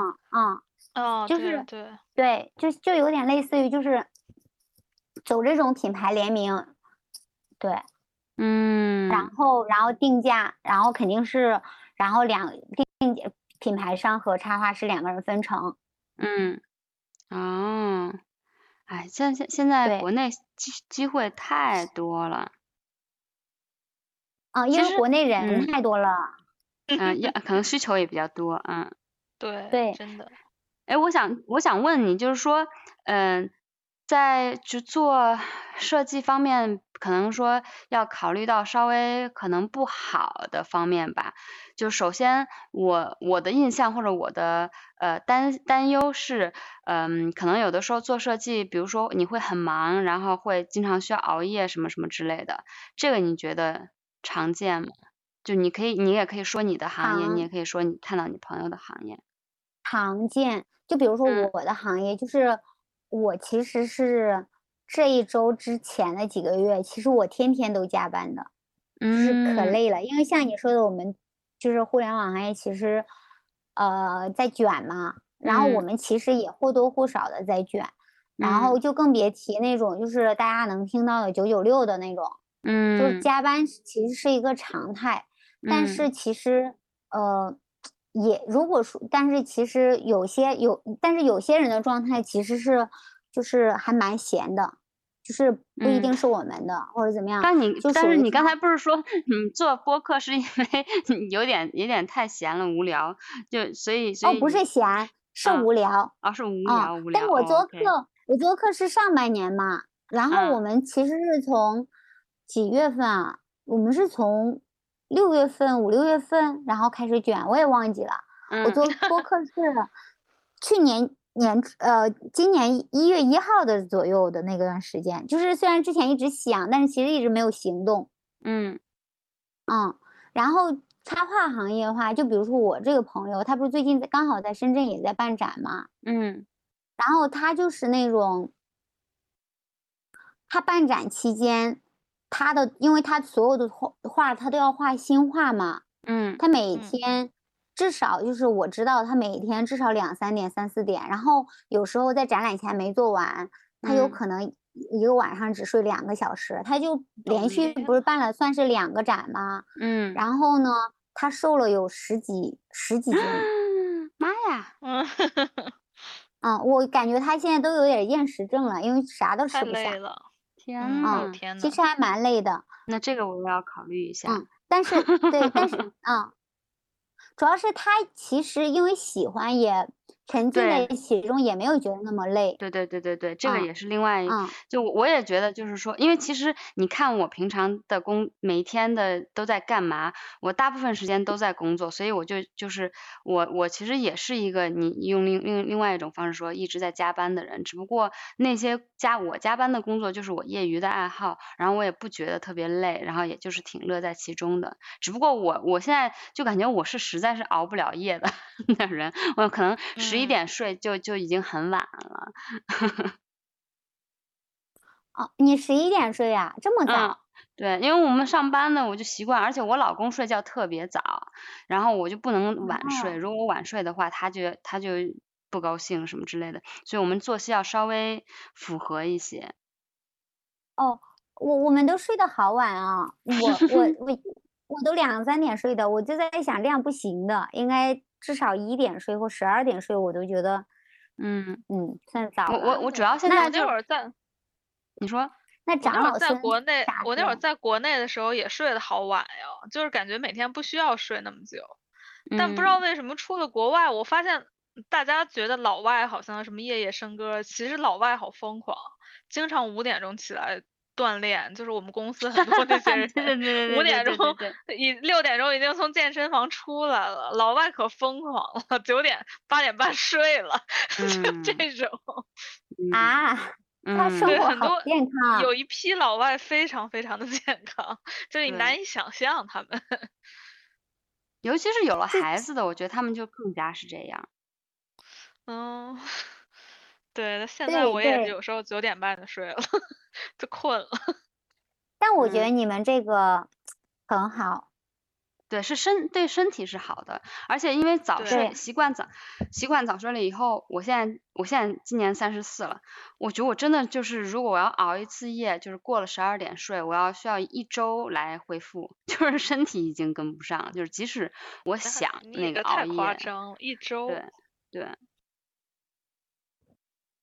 嗯，
哦，
就
对
是
对，
对，就就有点类似于就是走这种品牌联名，对，
嗯，
然后然后定价，然后肯定是，然后两定品牌商和插画师两个人分成，
嗯，哦，哎，现现现在
对
国内机机会太多了，
嗯，
其
因为
实
国内
嗯
人太多了，
嗯，要可能需求也比较多，嗯，
对
对
真的，
哎，我想我想问你，就是说，嗯、在就做设计方面，可能说要考虑到稍微可能不好的方面吧。就首先我我的印象或者我的呃担担忧是，嗯、可能有的时候做设计，比如说你会很忙，然后会经常需要熬夜什么什么之类的，这个你觉得常见吗？就你可以，你也可以说你的行业，
常
你也可以说你看到你朋友的行业。
常见。就比如说
嗯
我的行业，就是我其实是这一周之前的几个月，其实我天天都加班的，就是可
嗯，
累了。因为像你说的，我们就是互联网行业，其实呃在卷嘛，然后我
嗯
们其实也或多或少的在卷，然
嗯
后就更别提那种就是大家能听到的九九六的那种，就是
嗯，
加班是其实是一个常态。但
嗯
是其实呃，也如果说，但是其实有些有，但是有些人的状态其实是就是还蛮闲的，就是不一
嗯
定是我们的、或者怎么样。
但你
就
但
属
是
于
你
是
刚才不是说你做播客是因为 你有点有点太闲了无聊，就所以所
哦
以，
不
你
是闲，是
啊
无聊
啊是无
啊
聊无。聊。
但我
哦
做
，OK
客，我做客是上半年嘛，然后我
嗯
们其实是从几月份啊？我们是从六月份、五六月份，然后开始卷，我也忘记了。我
嗯
做播客是去年年呃，今年一月一号的左右的那段时间，就是虽然之前一直想，但是其实一直没有行动。
嗯
嗯，然后插画行业的话，就比如说我这个朋友，他不是最近在刚好在深圳也在办展嘛，
嗯
然后他就是那种，他办展期间，他的因为他所有的画画他都要画新画嘛，
嗯
他每
嗯
天至少就是我知道他每天至少两三点、三四点，然后有时候在展览前没做完，他有
嗯
可能一个晚上只睡两个小时，他就连续
天
不是办了算是两个展吗？
嗯，
然后呢，他瘦了有十几十几斤，
妈呀，
嗯，
嗯，我感觉他现在都有点厌食症了，因为啥都
太
吃不下
累，了，
天
嗯，
啊
哦
呐，
天呐
其，实还蛮累的。
那这个我要考虑一下。
嗯，但是对，但是嗯，主要是他其实因为喜欢也沉浸在
对
其中，也没有觉得那么累。
对对对对对，这个
嗯
也是另外一
嗯
就我我也觉得，就是说，因为其实你看我平常的工，每天的都在干嘛，我大部分时间都在工作，所以我就就是我我其实也是一个你用另另另外一种方式说一直在加班的人，只不过那些加我加班的工作就是我业余的爱好，然后我也不觉得特别累，然后也就是挺乐在其中的。只不过我我现在就感觉我是实在是熬不了夜的 那人，我可能十一
嗯
点睡就就已经很晚了，
哦，你十一点睡呀、这么
嗯
早？，
对，因为我们上班呢，我就习惯，而且我老公睡觉特别早，然后我就不能晚睡，
哦
如果我晚睡的话，他就他就不高兴什么之类的，所以我们作息要稍微符合一些。
哦，我我们都睡得好 晚啊！我我我我都两三点睡的，我就在想这样不行的，应该至少一点睡或十二点睡，我都觉得，
嗯，
嗯，算早
我我
了
我主要现
那
在
我
就
那会儿在
你说
那
我
长
那会
老
儿在
孙
国内
咋，
我那会儿
做
在国内的时候也睡得好晚呀，就是感觉每天不需要睡那么久。但
嗯
不知道为什么出了国外，我发现大家觉得老外好像什么夜夜笙歌，其实老外好疯狂，经常五点钟起来锻炼。就是我们公司很多那些人，
对对对对
五点
对对
钟
对对
已六点钟已经从健身房出来了，老外可疯狂了，九点八点半睡了， 就
嗯
这种。
嗯
啊，他
嗯
生
对
活
很
好
多
健康，
有一批老外非常非常的健康，就是你难以想象他们。
尤其是有了孩子的，我觉得他们就更加是这样。
嗯， 对，那现在
对
我也
对
是有时候九点半就睡了， 就困了。
但我觉
嗯
得你们这个很好，
对，是身对身体是好的，而且因为早
对
睡
对
习惯早习惯早睡了以后，我现在我现在今年三十四了，我觉得我真的就是如果我要熬一次夜，就是过了十二点睡，我要需要一周来恢复， 就是身体已经跟不上了，就是即使我想
你
那
这
个熬
太夸
夜，
张了，一周。
对对，
嗯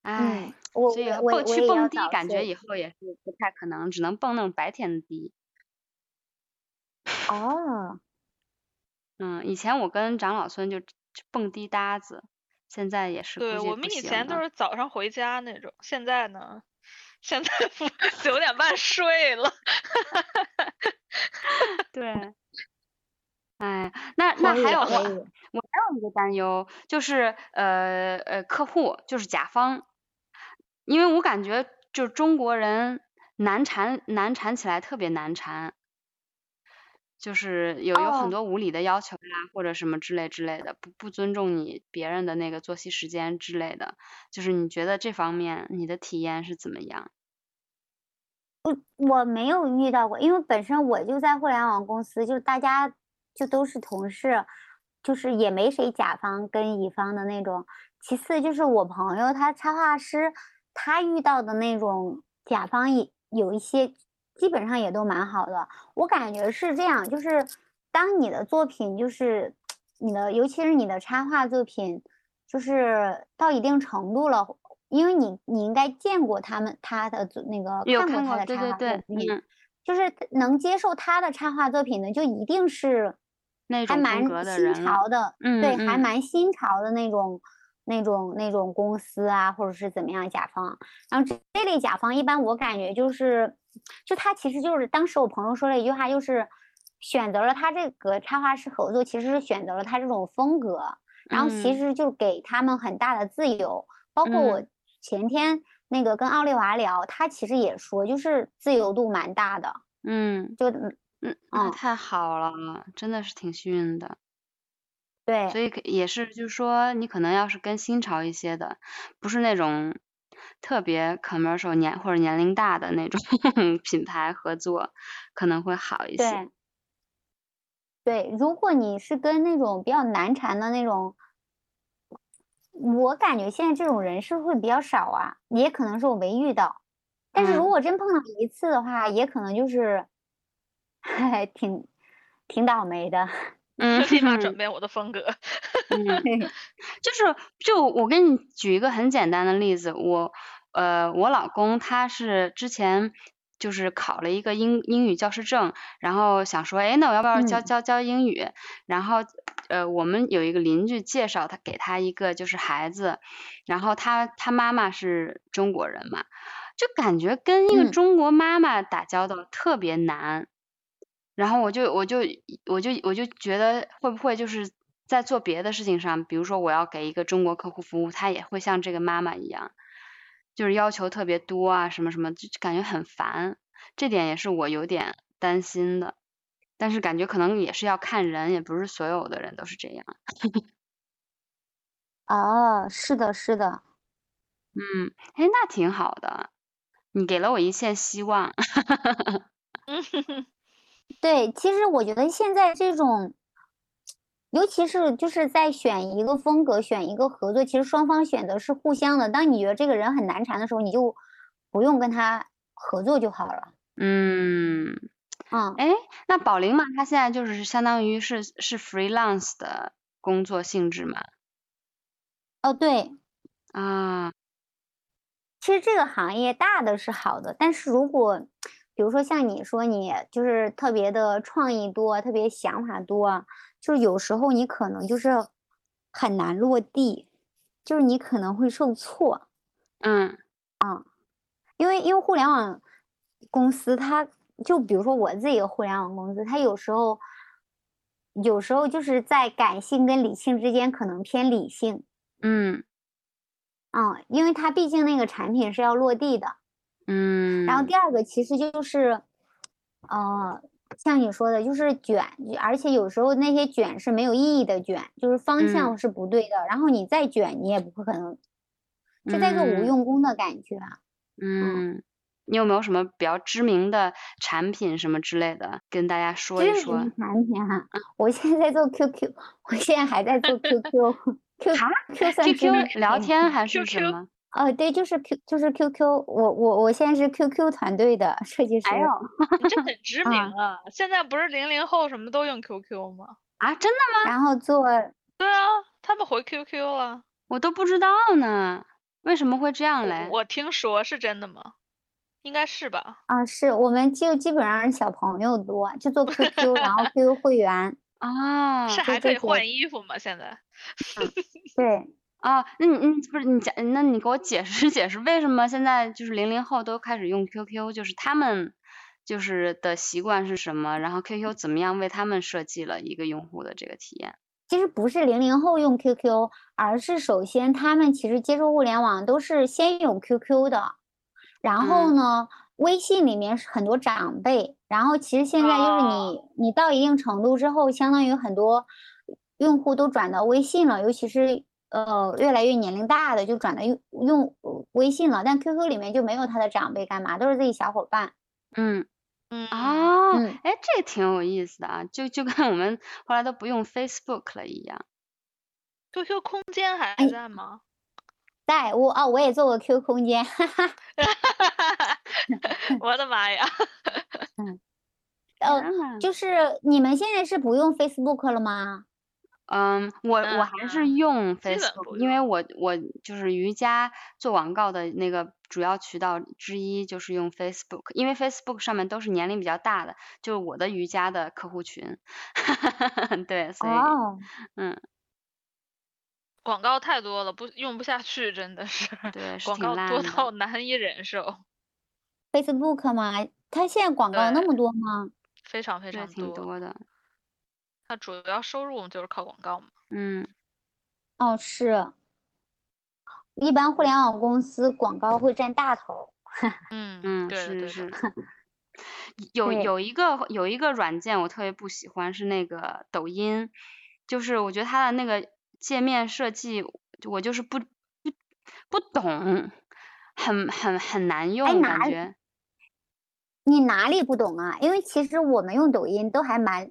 唉，，
我
所以
我我
蹦
我
去
也要
蹦迪
早
感觉
睡嗯
以后也是不太可能，只能蹦那种白天的迪。
哦，
嗯，以前我跟长老孙就就蹦迪搭子，现在也是。
对，我们以前都是早上回家那种，现在呢，现在 不九点半睡了。
对。哎，那那
可以
还有我
可以
我还有一个担忧，就是呃呃，客户就是甲方，因为我感觉就是中国人难缠难缠起来特别难缠，就是有有很
哦
多无理的要求啦，或者什么之类之类的，不不尊重你别人的那个作息时间之类的，就是你觉得这方面你的体验是怎么样？
我没有遇到过，因为本身我就在互联网公司，就是大家就都是同事，就是也没谁甲方跟乙方的那种。其次就是我朋友他插画师，他遇到的那种甲方也有一些，基本上也都蛮好的。我感觉是这样，就是当你的作品就是你的，尤其是你的插画作品，就是到一定程度了，因为你你应该见过他们他的作那个
有
看过
看过，
他的
对
插
对
画
对，
作品，
嗯，
就是能接受他的插画作品的，就一定是
那
还
种风
蛮
格的
新
人了，
潮的，
嗯
对，还
嗯
蛮新潮的那种、那种、那种公司啊，或者是怎么样甲方。然后这这类甲方，一般我感觉就是，就他其实就是当时我朋友说了一句话，就是选择了他这个插画师合作，其实是选择了他这种风格，然后其
嗯
实就给他们很大的自由。包括我前天那个跟奥利娃聊，他其实也说，就是自由度蛮大的，
嗯。
就
嗯，那
嗯
太好了，真的是挺幸运的。
对。
所以可也是，就是说，你可能要是跟新潮一些的，不是那种特别 commercial 年或者年龄大的那种 品牌合作，可能会好一些。
对，对，如果你是跟那种比较难缠的那种，我感觉现在这种人是会比较少啊，也可能是我没遇到。但是如
嗯
果真碰到一次的话，也可能就是 挺挺倒霉的。
嗯，
就立马 转变我的风格。
嗯就是就我给你举一个很简单的例子，我呃我老公他是之前就是考了一个英英语教师证，然后想说，哎，那我要不要教
嗯
教教英语？然后呃我们有一个邻居介绍他给他一个就是孩子，然后他他妈妈是中国人嘛，就感觉跟一个
嗯
中国妈妈打交道特别难。然后我就我就我就我就觉得会不会就是在做别的事情上，比如说我要给一个中国客户服务，他也会像这个妈妈一样，就是要求特别多啊，什么什么，就就感觉很烦。这点也是我有点担心的，但是感觉可能也是要看人，也不是所有的人都是这样。
哦，是的，是的，
嗯，哎，那挺好的，你给了我一线希望。
对，其实我觉得现在这种，尤其是就是在选一个风格、选一个合作，其实双方选择是互相的。当你觉得这个人很难缠的时候，你就不用跟他合作就好了。
嗯。
嗯，
哎，那宝玲嘛，她现在就是相当于是是 freelance 的工作性质嘛。
哦，对，
啊，
其实这个行业大的是好的，但是如果比如说像你说你就是特别的创意多，特别想法多，就是有时候你可能就是很难落地，就是你可能会受挫，
嗯
因为因为互联网公司它就比如说我自己的互联网公司，它有时候有时候就是在感性跟理性之间可能偏理性，
嗯
嗯，因为它毕竟那个产品是要落地的。
嗯，
然后第二个其实就是，呃，像你说的，就是卷，而且有时候那些卷是没有意义的卷，就是方
嗯
向是不对的。然后你再卷，你也不会可能，就在这无
嗯
用功的感觉。
嗯，你有没有什么比较知名的产品什么之类的，跟大家说一
知
说？
名产品哈，我现在在做 QQ，我现在还在做 QQ，Q
啊
Q 算知名
QQ 聊
产品
天还是什
QQ
么？
哦，对，就是 Q 就是 QQ，我我我现在是 QQ 团队的设计师。
哎呦
你这很知
啊
名啊！现在不是零零后什么都用 QQ 吗？
啊，真的
然后做
对啊，他们回 QQ 了。
我都不知道呢，为什么会这样嘞？
我听说是真的吗？应该是吧。
啊，是我们就基本上是小朋友多，就做 QQ，然后 QQ 会员，
啊
是
对
还
对
可以
对
换衣服吗？现在
对，
啊，那你你不是你讲，那你给我解释 解释，为什么现在就是零零后都开始用 QQ，就是他们就是的习惯是什么？然后 QQ 怎么样为他们设计了一个用户的这个体验？
其实不是零零后用 QQ，而是首先他们其实接触互联网都是先有 QQ 的，然后
嗯
呢，微信里面是很多长辈，然后其实现在就是
哦
你你到一定程度之后，相当于很多用户都转到微信了，尤其是呃越来越年龄大的就转到用用呃微信了，但 QQ 里面就没有他的长辈干嘛，都是自己小伙伴，
嗯，
嗯，
哦，
嗯
哎，这挺有意思的啊，就就跟我们后来都不用 Facebook 了一样。
，QQ 空间还
哎
在 吗？
在我哦我也做过 QQ 空间。
我的妈呀！ 哦
呃，
天呐
就是你们现在是不用 Facebook 了吗？
嗯，我我还
嗯
是用
本
Facebook，
不
因为我我就是瑜伽做广告的那个主要渠道之一就是用 Facebook，因为 Facebook 上面都是年龄比较大的，就是我的瑜伽的客户群， 对，所以
哦，
嗯，
广告太多了，不用不下去，真的是。
对，是
广
挺
告
烂
多
的
到难以忍受，
Facebook 嘛，它现在广告那
对
么多吗？
非常非
对，
常
挺多的，
它主要收入就是靠广告嘛。
嗯
哦，是，一般互联网公司广告会占大头。
嗯
嗯，
对的
是
对
是
的。
有
对
有一个有一个软件我特别不喜欢是那个抖音，就是我觉得它的那个界面设计，我就是不不不懂，很很很
哎
难用
哪
感
里
觉。
你哪里不懂啊？因为其实我们用抖音都还蛮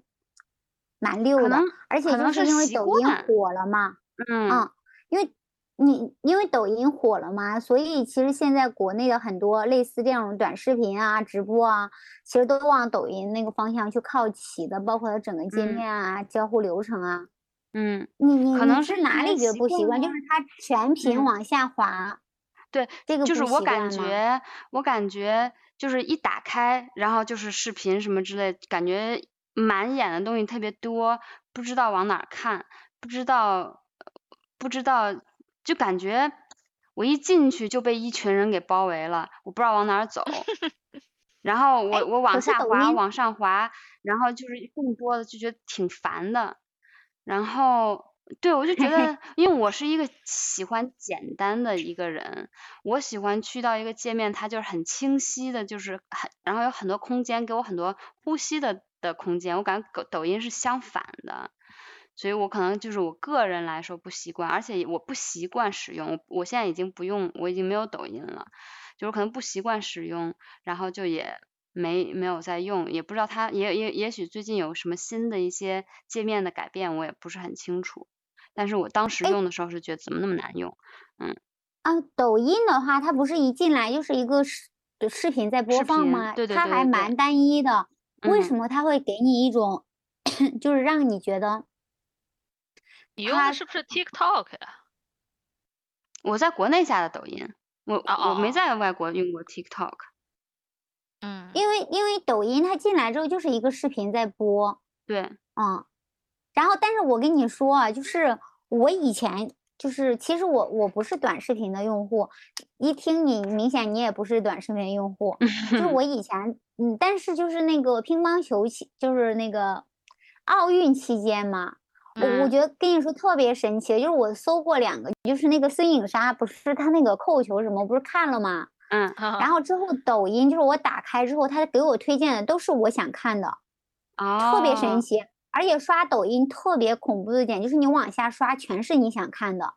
蛮溜的
能，
而且
可
就
能
是
是
因为
习
抖音
惯
火了嘛，
嗯
啊，因为你因为抖音火了嘛，所以其实现在国内的很多类似这种短视频啊、直播啊，其实都往抖音那个方向去靠齐的，包括它整个界
嗯
面啊、交互流程啊。
嗯，
你你
可
你
能是
是
因
哪
为
里觉得
习
不习
惯
惯？就
了
是它全
嗯
屏往下滑，
对，
这个
就是
不
我
习
感
惯吗？
觉我感觉就是一打开，然后就是视频什么之类，感觉满眼的东西特别多，不知道往哪儿看，不知道不知道，就感觉我一进去就被一群人给包围了，我不知道往哪儿 走。然后
哎
我我
可
往
是
下
抖
滑，
音
往上滑，然后就是更多的就觉得挺烦的。然后对我就觉 得，因为我是一个喜欢简单的一个人，我喜欢去到一个界面，它就是很清晰的，就是很，然后有很多空间，给我很多呼吸的的空间。我感觉抖抖音是相反的，所以我可能就是我个人来说不习惯，而且我不习惯使用。我我现在已经不用，我已经没有抖音了，就是可能不习惯使用，然后就也没没有在用，也不知道它也也也许最近有什么新的一些界面的改变，我也不是很清楚。但是我当时
哎
用的时候是觉得怎么那么难用，
啊，抖音的话，它不是一进来就是一个视的视频在播
视
放
频
吗？
对对
它
对
还
对对
蛮单一的。为
嗯
什么它会给你一种，就是让你觉得
你用
他
的是不是 TikTok 呀？
我在国内下的抖音，我
哦
我没
哦
在外国用过 TikTok。
嗯，
因为因为抖音它进来之后就是一个视频在播，
对，
嗯，然后但是我跟你说啊，就是我以前就是其实我我不是短视频的用户，一听你明显你也不是短视频用户，就是我以前嗯，但是就是那个乒乓球期就是那个奥运期间嘛。我我
嗯
觉得跟你说特别神奇，就是我搜过两个，就是那个孙颖莎，不是她那个扣球什么，不是看了吗？
嗯，
然后之后抖音就是我打开之后，它给我推荐的都是我想看的，
哦，
特别神奇。而且刷抖音特别恐怖的点就是你往下刷全是你想看的。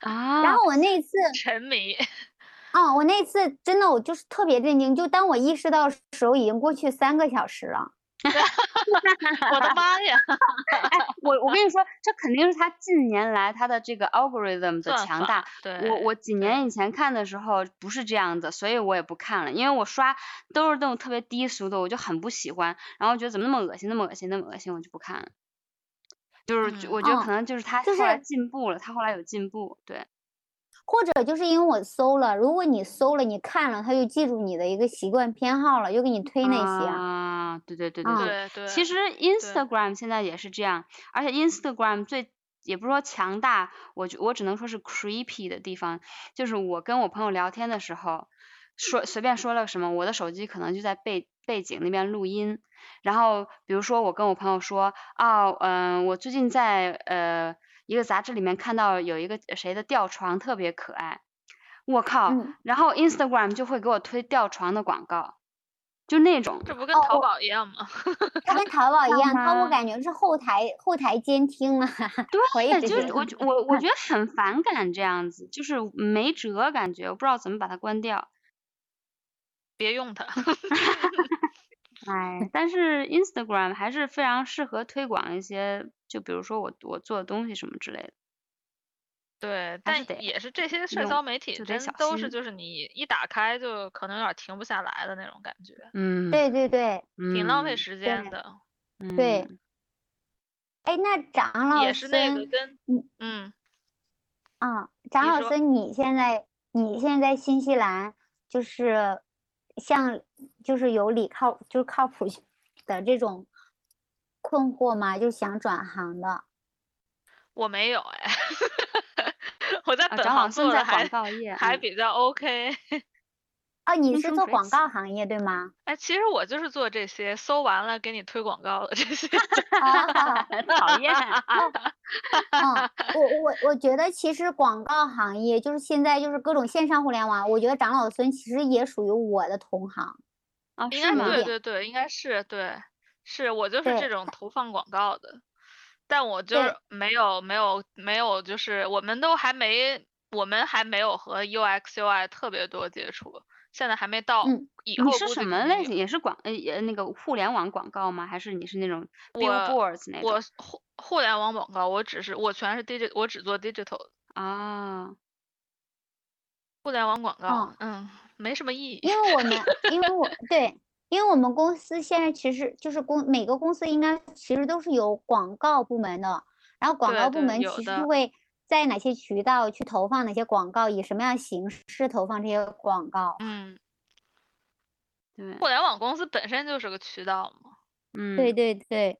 啊。
然后我那次，
沉 迷，
啊，我那次真的我就是特别震惊，就当我意识到的时候已经过去三个小时了。
我的妈呀！
我我跟你说，这肯定是他近年来他的这个 algorithm 的
算
强
法
大。，
对，
我我几年以前看的时候不是这样子，所以我也不看了，因为我刷都是那种特别低俗的，我就很不喜欢，然后觉得怎么那么恶心，那么恶心，那么恶心，我就不看了。就是就
嗯
我觉得
哦
可能就是他
就
后来
是
进步了，他后来有进步，对，
或者就是因为我搜了，如果你搜了，你看了，它就记住你的一个习惯偏好了，就给你推那些。
啊，对对对对
嗯
对。
对对，
其实 Instagram 现在也是这样，而且 Instagram 最也不是说强大，我觉我只能说是 creepy 的地方，就是我跟我朋友聊天的时候，说随便说了什么，我的手机可能就在背背景那边录音，然后比如说我跟我朋友说，啊，嗯、我最近在呃一个杂志里面看到有一个谁的吊床特别可爱，我靠，
嗯
然后 Instagram 就会给我推吊床的广告，就那种。
这不跟淘宝一样吗？
它跟 淘宝一
像
样，它我
吗
感觉是后台后台监听了。 我一
对，
直
哎就
觉
是
得
我觉
嗯
我我觉得很反感这样子，就是没辙感觉，我不知道怎么把它关掉。
别用它。
哎，但是 Instagram 还是非常适合推广一些，就比如说我我做的东西什么之类的。
对，
还是
但
得
也是这些社
用
交媒体
就得
真
小
都是
心
就是你一打开就可能有点儿停不下来的那种感觉，
嗯，，
对对对
挺浪费
嗯
时间
对
的。
对
嗯
哎，那长老
也是那个
孙
跟
嗯
嗯
啊，长
你
老
说
孙，你现在你现在新西兰就是像就是有理靠就是靠谱的这种困惑吗？就想转行的，
我没有哎， 我在
啊，
本
长老
行
孙
做
在
的
广
还
告业
还
嗯
比较 OK。
哦，你
风
是
生
做
水
广
起，
告行业对吗？
哎，其实我就是做这些，搜完了给你推广告的这些。
啊
讨 厌，
嗯，我我我觉得其实广告行业就是现在就是各种线上互联网，我觉得长老孙其实也属于我的同行。
啊，
应
是
该
吗？
对
点
对对，应该是对，是我就是
对
这种投放广告的，但我就
对
是没有没有没有，就是我们都还没我们还没有和 UX UI 特别多接触，现在还没到，
嗯
以后
你是
估
什
计
么
肯定
类
有
型？也是广呃也那个互联网广告吗？还是你是那种 billboards 那
我
种？
是互互联网广告，我只是我全是 digit，我只做 digital
啊，
互联网广告，
哦
嗯，没什么意义
因。为我们，因为我对，因为我们公司现在其实就是公每个公司应该其实都是有广告部门的，然后广
对
告部
对
门
有
其实
的
就会在哪些渠道去投放哪些广告，以什么样的形式投放这些广告。
嗯，
对，
互联网公司本身就是个渠道嘛。
嗯，
对对对，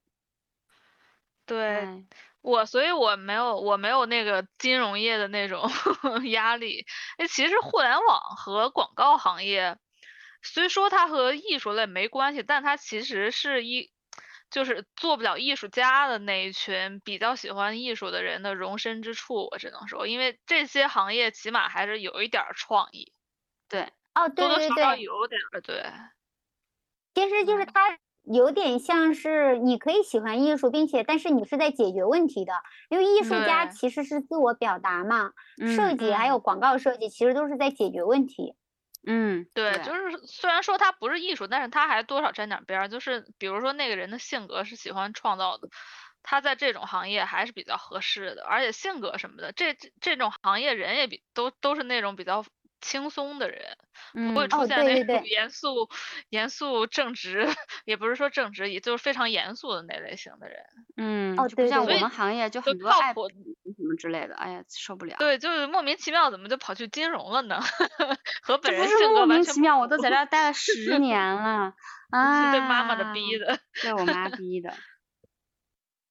对，
嗯
哎
我，所以我没有我没有那个金融业的那种 压力。哎，其实互联网和广告行业，虽说它和艺术类没关系，但它其实是一，就是做不了艺术家的那一群比较喜欢艺术的人的容身之处。我只能说，因为这些行业起码还是有一点儿创意，
哦，对
多多
对
少少
对，
有点儿对。
其实就是
嗯
它有点像是你可以喜欢艺术，并且但是你是在解决问题的，因为艺术家
对
其实是自我表达嘛，设
嗯
计还有广告设计其实都是在解决问题。
嗯，
对，就是虽然说它不是艺术，但是它还多少沾点儿边儿。就是比如说那个人的性格是喜欢创造的，他在这种行业还是比较合适的，而且性格什么的，这这这种行业人也比都都是那种比较轻松的人，
嗯
不会出
哦
现
对
那
对
种
对
严肃、严肃正直，也不是说正直，也就是非常严肃的那类型的人。啊
嗯，
哦
就
对
不像
对
我
对
们行业就
就
很多
靠
爱
谱
比什么之类的，哎呀，受不了。
对，就是莫名其妙怎么就跑去金融了呢？
这
和本
不
人
是
性格
莫
完
名
全
其
不
妙，我都
符
在这儿 待了十年了啊！
是被妈妈的逼
的，
的。
被我妈逼的。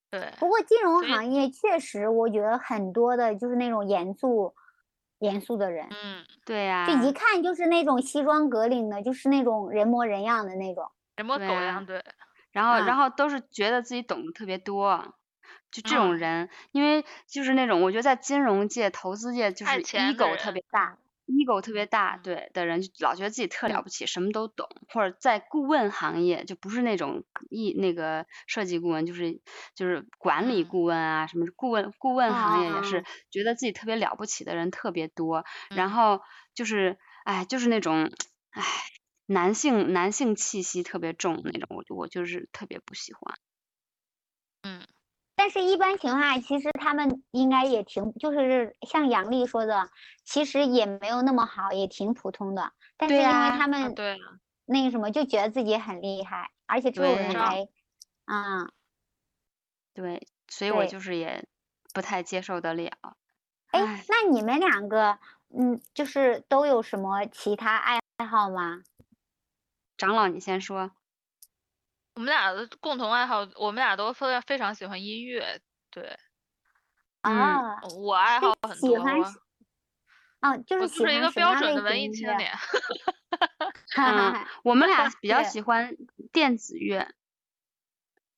对，
不过金融
所以
行业确实，我觉得很多的就是那种严肃、严肃的人，
嗯，
对呀、
这一看就是那种西装革领的，就是那种人模人样的那种。
人模狗
对啊
样，对，
然后然
嗯
后都是觉得自己懂得特别多，就这种
嗯
人，因为就是那种我觉得在金融界、投资界就
爱
是
钱的
ego 特
人
别大，ego 特别大
嗯
对的人，就老觉得自己特了
嗯
不起，什么都懂，或者在顾问行业就不是那种一那个设计顾问，就是就是管理
嗯哦
顾问啊，什么顾问顾问行业也
啊
是觉得自己特别了不起的人特别多，
嗯
然后就是哎就是那种哎。男性男性气息特别重那种，我我就是特别不喜欢。
但是，一般情况下，其实他们应该也挺，就是像杨丽说的，其实也没有那么好，也挺普通的。但是
对
因为
呀
他
啊
们
对啊，
那个什么，就觉得自己很厉害，而且周围
对
人
啊
还，啊、
对，所以我
对
就是也不太接受得了。
哎
唉，
那你们两个，嗯，就是都有什么其他爱好吗？
长老，你先说。
我们俩的共同爱好，我们俩都非非常喜欢音乐。对，
嗯
啊、
我爱好很
喜
多，
欢
我
哦，就是
我
喜
就是一个
欢什么
标
样
准
类
的文
型
艺
音
青
乐，
年。
哈 哈哈。
我们俩比较
对
喜欢电子乐，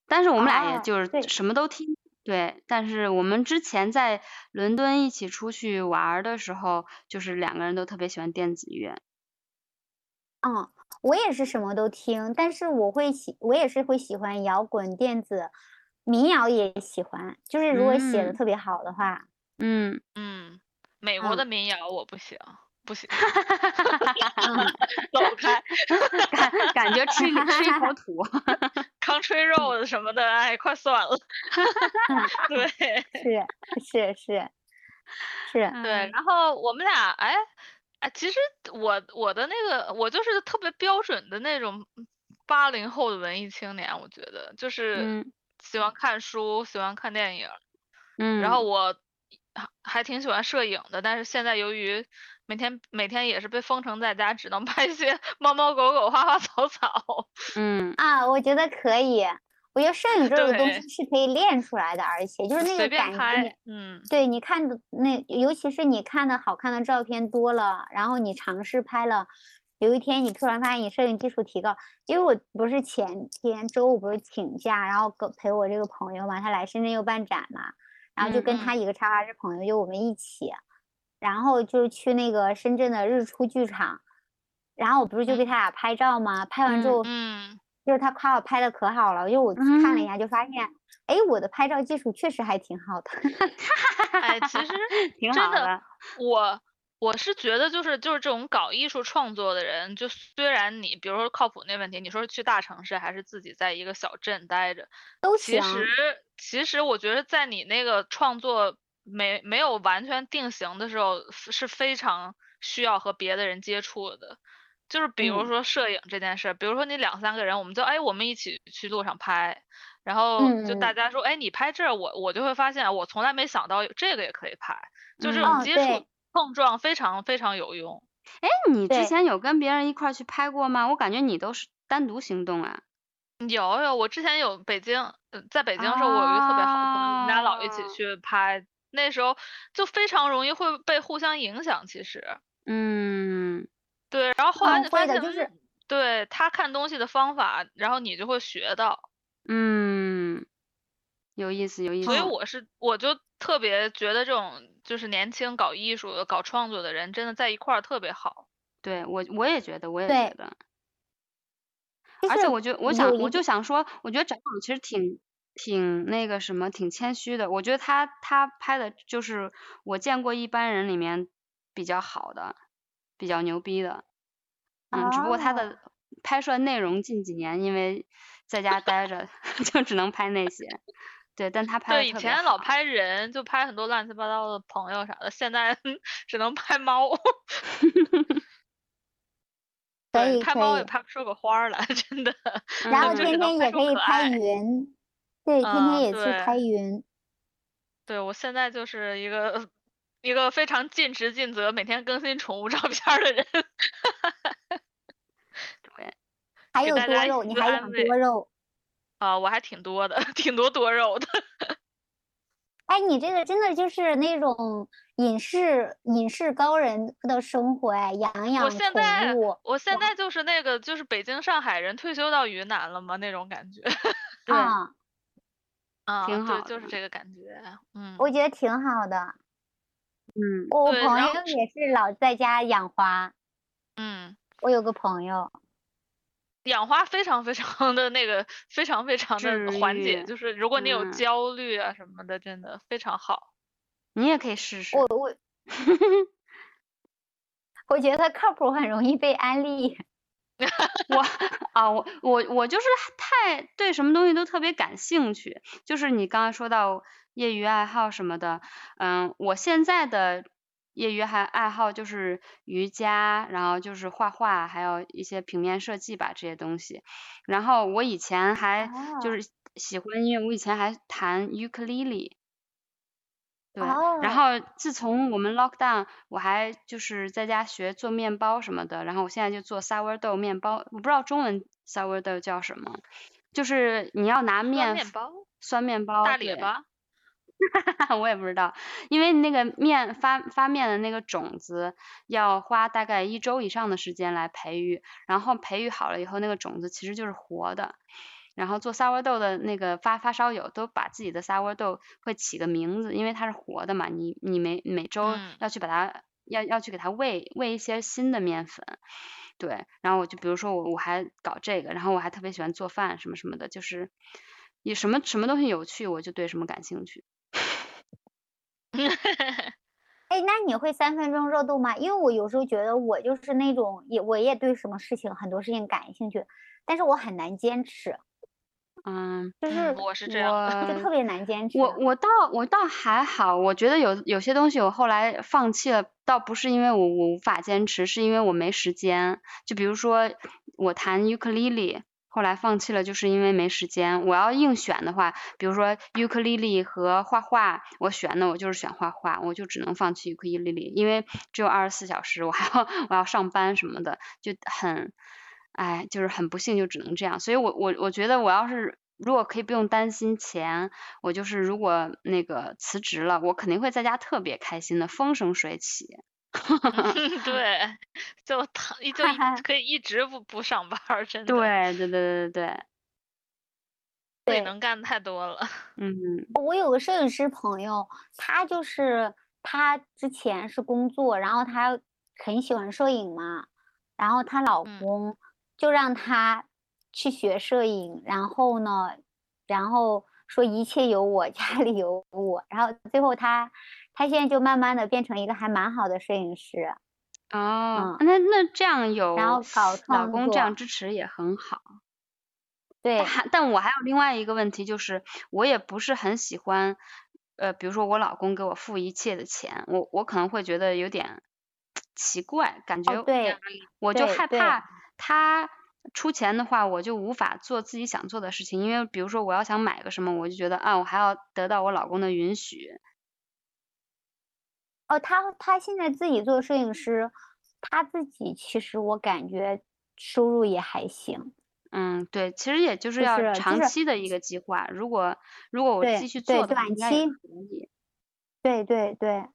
但是我们俩也
哦
就是
对
什么都听。对，但是我们之前在伦敦一起出去玩儿的时候，就是两个人都特别喜欢电子乐。
嗯，我也是什么都听，但是我会喜，我也是会喜欢摇滚、电子、民谣也喜欢。就是如果写的
嗯
特别好的话，
嗯，
嗯，美国
嗯
的民谣我不行，不行，
嗯，
走开。
感感觉吃一吃一口土。
country road 什么的，哎，快算了。 对，
是是是是，
对，然后我们俩，哎，哎，其实我我的那个，我就是特别标准的那种八零后的文艺青年，我觉得就是
嗯
喜欢看书，喜欢看电影，
嗯，
然后我还还挺喜欢摄影的，但是现在由于每天每天也是被封城在家，只能拍一些 猫猫狗狗、花花草草。
嗯
啊，我觉得可以。我觉得摄影这个东
对
西是可以练出来的，而且就是那
随
个
便
感觉你
拍，，嗯，
对，你看的那，尤其是你看的好看的照片多了，然后你尝试拍了，有一天你突然发现你摄影技术提高。因为我不是前天周五不是请假，然后跟陪我这个朋友嘛，他来深圳又办展嘛，然后就跟
嗯嗯
他一个插画师朋友，就我们一起，然后就是去那个深圳的日出剧场，然后我不是就给他俩拍照嘛，拍完之
嗯
后，
嗯，
就是他夸我拍的可好了，因为我看了
嗯
一下就发现，哎，我的拍照技术确实还挺好的。
哎，其实
挺
真
好
的
的。
我我是觉得就是就是这种搞艺术创作的人，就虽然你比如说靠谱那问题，你说去大城市还是自己在一个小镇待着，
都
其
行，
实其实我觉得在你那个创作没没有完全定型的时候，是是非常需要和别的人接触的。就是比如
嗯
说摄影这件事，比如说你两三个人，我们就哎我们一起去路上拍，然后就大
嗯
家说哎你拍这儿，我我就会发现我从来没想到有这个也可以拍，就
嗯
这种
哦
接
对
触碰撞非常非常有用。
哎，你之
对
前有跟别人一块儿去拍过吗？我感觉你都是单独行动啊。
有有，我之前有北京，呃在北京的时候，我有一个特别好的朋友，我们俩老一起
啊
去拍，那时候就非常容易会被互相影响。其实，
嗯
对，然后后来
嗯
你
会
发
的
现，
就是
嗯对他看东西的方法，然后你就会学到。
嗯，有意思，有
嗯
意思。
所以我是，我就特别觉得这种就是年轻搞艺术的、搞创作的人，真的在一块儿特别好。
对我我也觉得，我也
对
觉得。
就
而且
是
我觉得，我
有
想，
一
我就
个
想说，我觉得展览其实挺挺那个什么，挺谦虚的。我觉得他他拍的就是我见过一般人里面比较好的，比较牛逼的。嗯，只不过他
哦
的 拍摄内容近几年因为在家待着，就只能拍那些。对，但他拍
对，
的
以
特别
前老
好
拍人，就拍很多乱七八糟的朋友啥的，现在 只能拍猫。
可
对
以
拍
可
猫
以
也拍不出个花儿来， 真的。
然
嗯
后
就
天
只能拍
天也
出
可以
可
拍
爱
云，对，天天
嗯
也去拍
对
云，
对我现在就是一个 一个非常尽职尽责、每天更新宠物照片儿的人。
还
给
有
大
多
家一
肉，
丝
你还
安
养
慰
多肉。
啊，我还挺多的， 挺多多肉的。
哎，你这个真的就是那种隐士隐士高人的生活哎，养养
我现在
宠物
我现
养
在就是那个就是北京、上海人退休到云南了嘛那种感觉
对
啊，
啊，
挺
对，
好
就是
的
这个感觉。嗯，
我觉得挺好的。
嗯，
我
对
朋
然
友
后是
也是老在家养花，
嗯，
我有个朋友，
养花非常非常的那个，非常非常的
治
缓解，
愈
就是如果你有
嗯
焦虑啊什么的，真的非常好。
你也可以试试
我。我我觉得靠谱很容易被安利。
我啊，我我我就是太对什么东西都特别感兴趣，就是你刚才说到业余爱好什么的，嗯，我现在的业余还爱好就是瑜伽，然后就是画画，还有一些平面设计吧这些东西。然后我以前还就
哦
是喜欢音乐，我以前还弹尤克里里。对，然
哦
后自从我们 lockdown，我还就是在家学做面包什么的，然后我现在就做 sourdough 面包，我不知道中文 sourdough 叫什么，就是你要拿
酸
面
面
粉
包，
酸面包，
大
对
列， 巴，
我也不知道，因为那个面发发面的那个种子要花大概一周以上的时间来培育，然后培育好了以后，那个种子其实就是活的。然后做 sourdough 的那个发发烧友都把自己的 sourdough 会起个名字，因为它是活的嘛，你你每每周
嗯
要去把它要要去给它喂喂一些新的面粉，对。然后我就比如说我我还搞这个，然后我还特别喜欢做饭什么什么的，就是有什么什么东西有趣，我就对什么感兴趣。
哎，那你会三分钟热度吗？因为我有时候觉得我就是那种也我也对什么事情很多事情感兴趣，但是我很难坚持，
嗯，
就是
嗯，我是这样的。
就
我
特别难坚持。
呃我我倒我倒还好，我觉得有有些东西我后来放弃了，倒不是因为我我无法坚持，是因为我没时间。就比如说我弹尤克里里，后来放弃了，就是因为没时间。我要硬选的话，比如说尤克里里和画画，我选的我就是选画画，我就只能放弃尤克里里，因为只有二十四小时，我还要 我要上班什么的，就很，哎，就是很不幸，就只能这样。所以我我我觉得我要是如果可以不用担心钱，我就是如果那个辞职了，我肯定会在家特别开心的，风生水起。
对，就躺一就一可以一直不不上班儿，真的，
对对对对对，
自己
对
能干的太多了。
嗯
我有个摄影师朋友，他就是他之前是工作，然后他很喜欢摄影嘛，然后她老
嗯
公就让她去学摄影，然后呢，然后说一切有我， 家里有我，然后最后她她现在就慢慢的变成一个还蛮好的摄影师，
哦，
嗯
那那这样有
然后搞
老
创
公
作
这样支持也很好。
对
但，还但我还有另外一个问题，就是我也不是很喜欢，呃，比如说我老公给我付一切的钱，我我可能会觉得有点奇怪，感觉、
哦对，
我就
对
害
对
怕他出钱的话，我就无法做自己想做的事情，因为比如说我要想买个什么，我就觉得啊，我还要得到我老公的允许。
哦，他他现在自己做摄影师，他自己其实我感觉收入也还行。
嗯，对，其实也就是
就
要
是就
长
是
期的一个计划。如果如果我
对
继续
对
做的话，
短
应该也
期
可以。
对对对，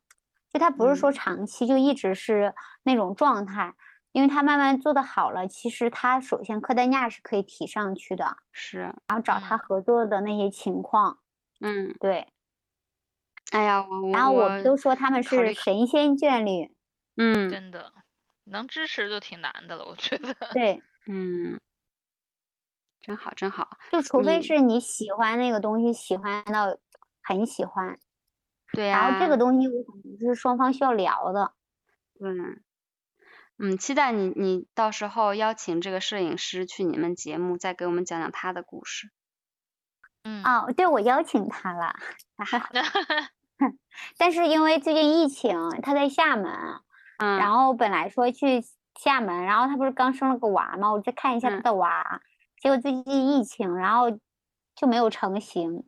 就他不是说
嗯
长期就一直是那种状态，因为他慢慢做的好了，其实他首先客单价是可以提上去的，
是，
然后找他
嗯
合作的那些情况，
嗯，
对，
哎呀，我我
然后我
我
们都说他们
考虑
是神仙眷 侣，
嗯
真的，能支持就挺难的了，我觉得。
对，
嗯，真好真好，
就除非
你
是你喜欢那个东西，喜欢到很喜欢，
对呀、
然后这个东西我感觉是双方需要聊的，
对，嗯，期待你你到时候邀请这个摄影师去你们节目，再给我们讲讲他的故事。
嗯，
哦，对，我邀请他了，但是因为最近疫情，他在厦门，
嗯，
然后本来说去厦门，然后他不是刚生了个娃嘛，我再看一下他
嗯
的娃，结果最近疫情，然后就没有成型。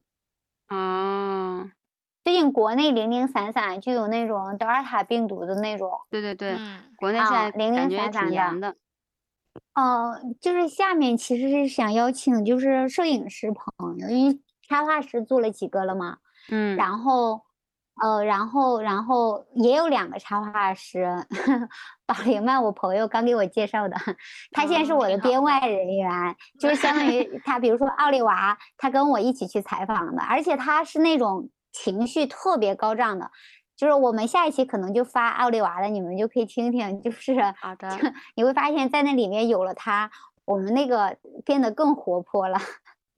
哦，
最近国内零零散散就有那种德尔塔病毒的那种，
对对对，
嗯，
国内现
啊
在
零
感
零
觉也
散
挺
散
严的，
呃，就是下面其实是想邀请就是摄影师朋友，因为插画师做了几个了嘛，
嗯，
然后，呃，然后，然后也有两个插画师， 宝莲曼，我朋友刚给我介绍的，他现在是
哦
我的
挺好
编外人 员，就是相当于他，比如说奥利娃，他跟我一起去采访的，而且他是那种情绪特别高涨的，就是我们下一期可能就发奥利娃的，你们就可以听听，就是
好的
你会发现在那里面有了他，我们那个变得更活泼了。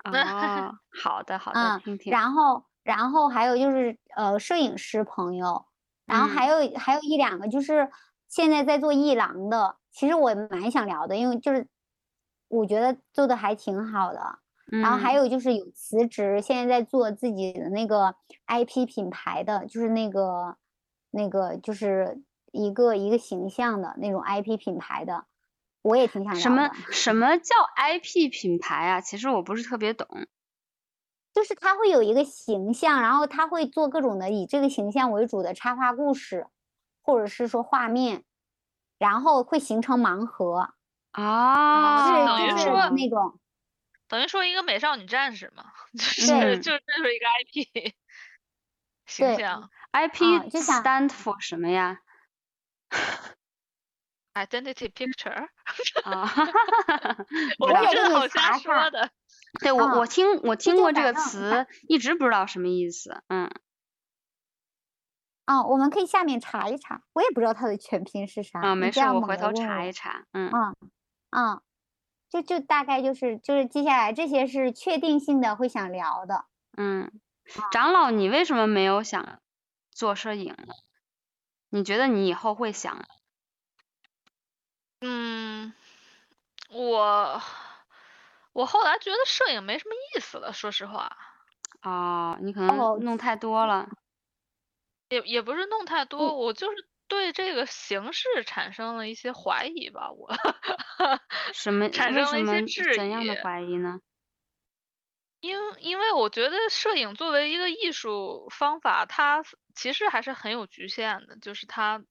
哦，好 的好的，
嗯
听听，
然后，然后还有就是呃，摄影师朋友，然后还
嗯
有、还有一两个就是现在在做艺廊的，其实我蛮想聊的，因为就是我觉得做的还挺好的。然后还
有
有就是有辞职，现在在做自己的那个 IP 品牌的，就是那个那个就是一个一个形象的那种 IP 品牌的，我也挺想聊的。
什么什么叫 IP 品牌啊？其实我不是特别懂，
就是他会有一个形象，然后他会做各种的以这个形象为主的插画故事，或者是说画面，然后会形成盲盒，
哦，
就是
等于
就是
说
那种
等于说一个美少女战士嘛， 就是
对
就是这是一个 IP 形
嗯对
象
IP
啊就想
stand for 什么呀？
identity picture，
啊，哈哈哈哈哈
我
我
不
有
知
给你
道我瞎
查
说
查
的，
对我我
嗯
听我听
就
过这
反
个
正
词，一直不知道什么意思。嗯，
啊、我们可以下面查一查，我也不知道它的全拼是啥，
啊，
你
没
这
事，
样
我
猛
回
地
头
问
查
我
一查。嗯
啊啊、就就大概就是就是接下来这些是确定性的会想聊的，
啊
嗯，长老，你为什么没有想做摄影呢？你觉得你以后会想吗？
嗯，我我后来觉得摄影没什么意思了，说实话，
哦，你可
哦
能弄太多了。
也也不是弄太多，我就是对这个形式产生了一些怀疑吧，我
什么？
产
为
生
什
了一
么
些质
怎样的
疑
怀疑呢？
因因为我觉得摄影作为一个艺术方法，它其实还是很有局限的，就是它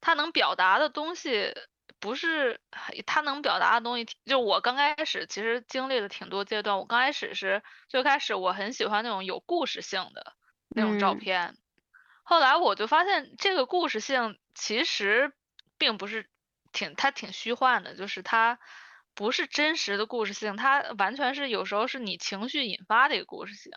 它能表达的东西不是它能表达的东西。就我刚开始其实经历了挺多阶段，我刚开始是最开始我很喜欢那种有故事性的那种照
嗯
片，后来我就发现这个故事性其实并不是挺，它挺虚幻的，就是它不是真实的故事性，它完全是有时候是你情绪引发的一个故事性。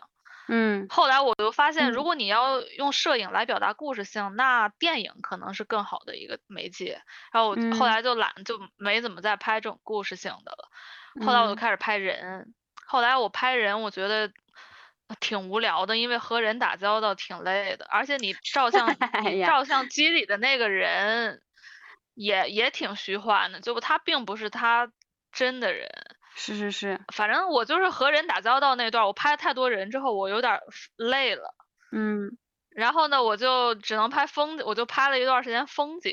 嗯
后来我就发现，如
嗯
果你要用摄影来表达故事性，那电影可能是更好的一个媒介。然后我就后
嗯
来就懒，就没怎么再拍这种故事性的了。后来我就
嗯
开始拍人，后来我拍人，我觉得挺无聊的，因为和人打交道挺累的，而且你照相，
哎
你
呀
照相机里的那个人也也挺虚幻的，就他并不是他真的人。
是是是，
反正我就是和人打交道那段儿，我拍了太多人之后，我有点儿累了。
嗯
然后呢，我就只能拍风景，我就拍了一段儿时间风景。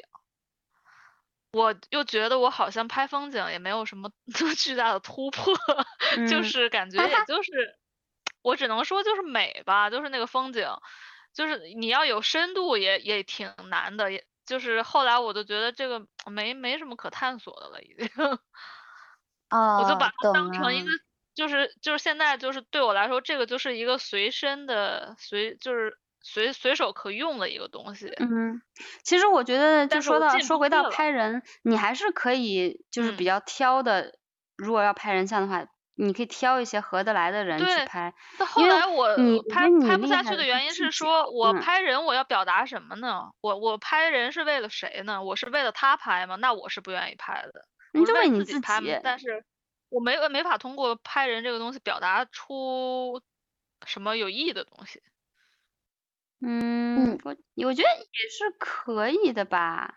我又觉得我好像拍风景也没有什么 巨大的突破， 就
嗯
是感觉也就是，我只能说就是美吧，就是那个风景，就是你要有深度也也挺难的，也就是后来我就觉得这个没没什么可探索的了，已经。我
啊
就
哦
把它
懂
当成一
了
个，就是就是现在就是对我来说，这个就是一个随身的随就是随随手可用的一个东西。
嗯。其实我觉得，就
但是
说
我
到
进
说
步
回到
了
拍人，你还是可以就是比
嗯
较挑的。如果要拍人像的话，你可以挑一些合得来的人去
对
拍。
但后
因为
来我
你我
拍
觉得你
拍不
厉害
下去
的
的
是
原因
自
是
己
说，我
嗯
拍人我要表达什么呢？我我拍人是为了谁呢？我是为了他拍吗？那我是不愿意拍的。
你嗯
我
就是为你
自
自
拍嘛
己，
但是我没我没法通过拍人这个东西表达出什么有意义的东西。
嗯，我我觉得也是可以的吧，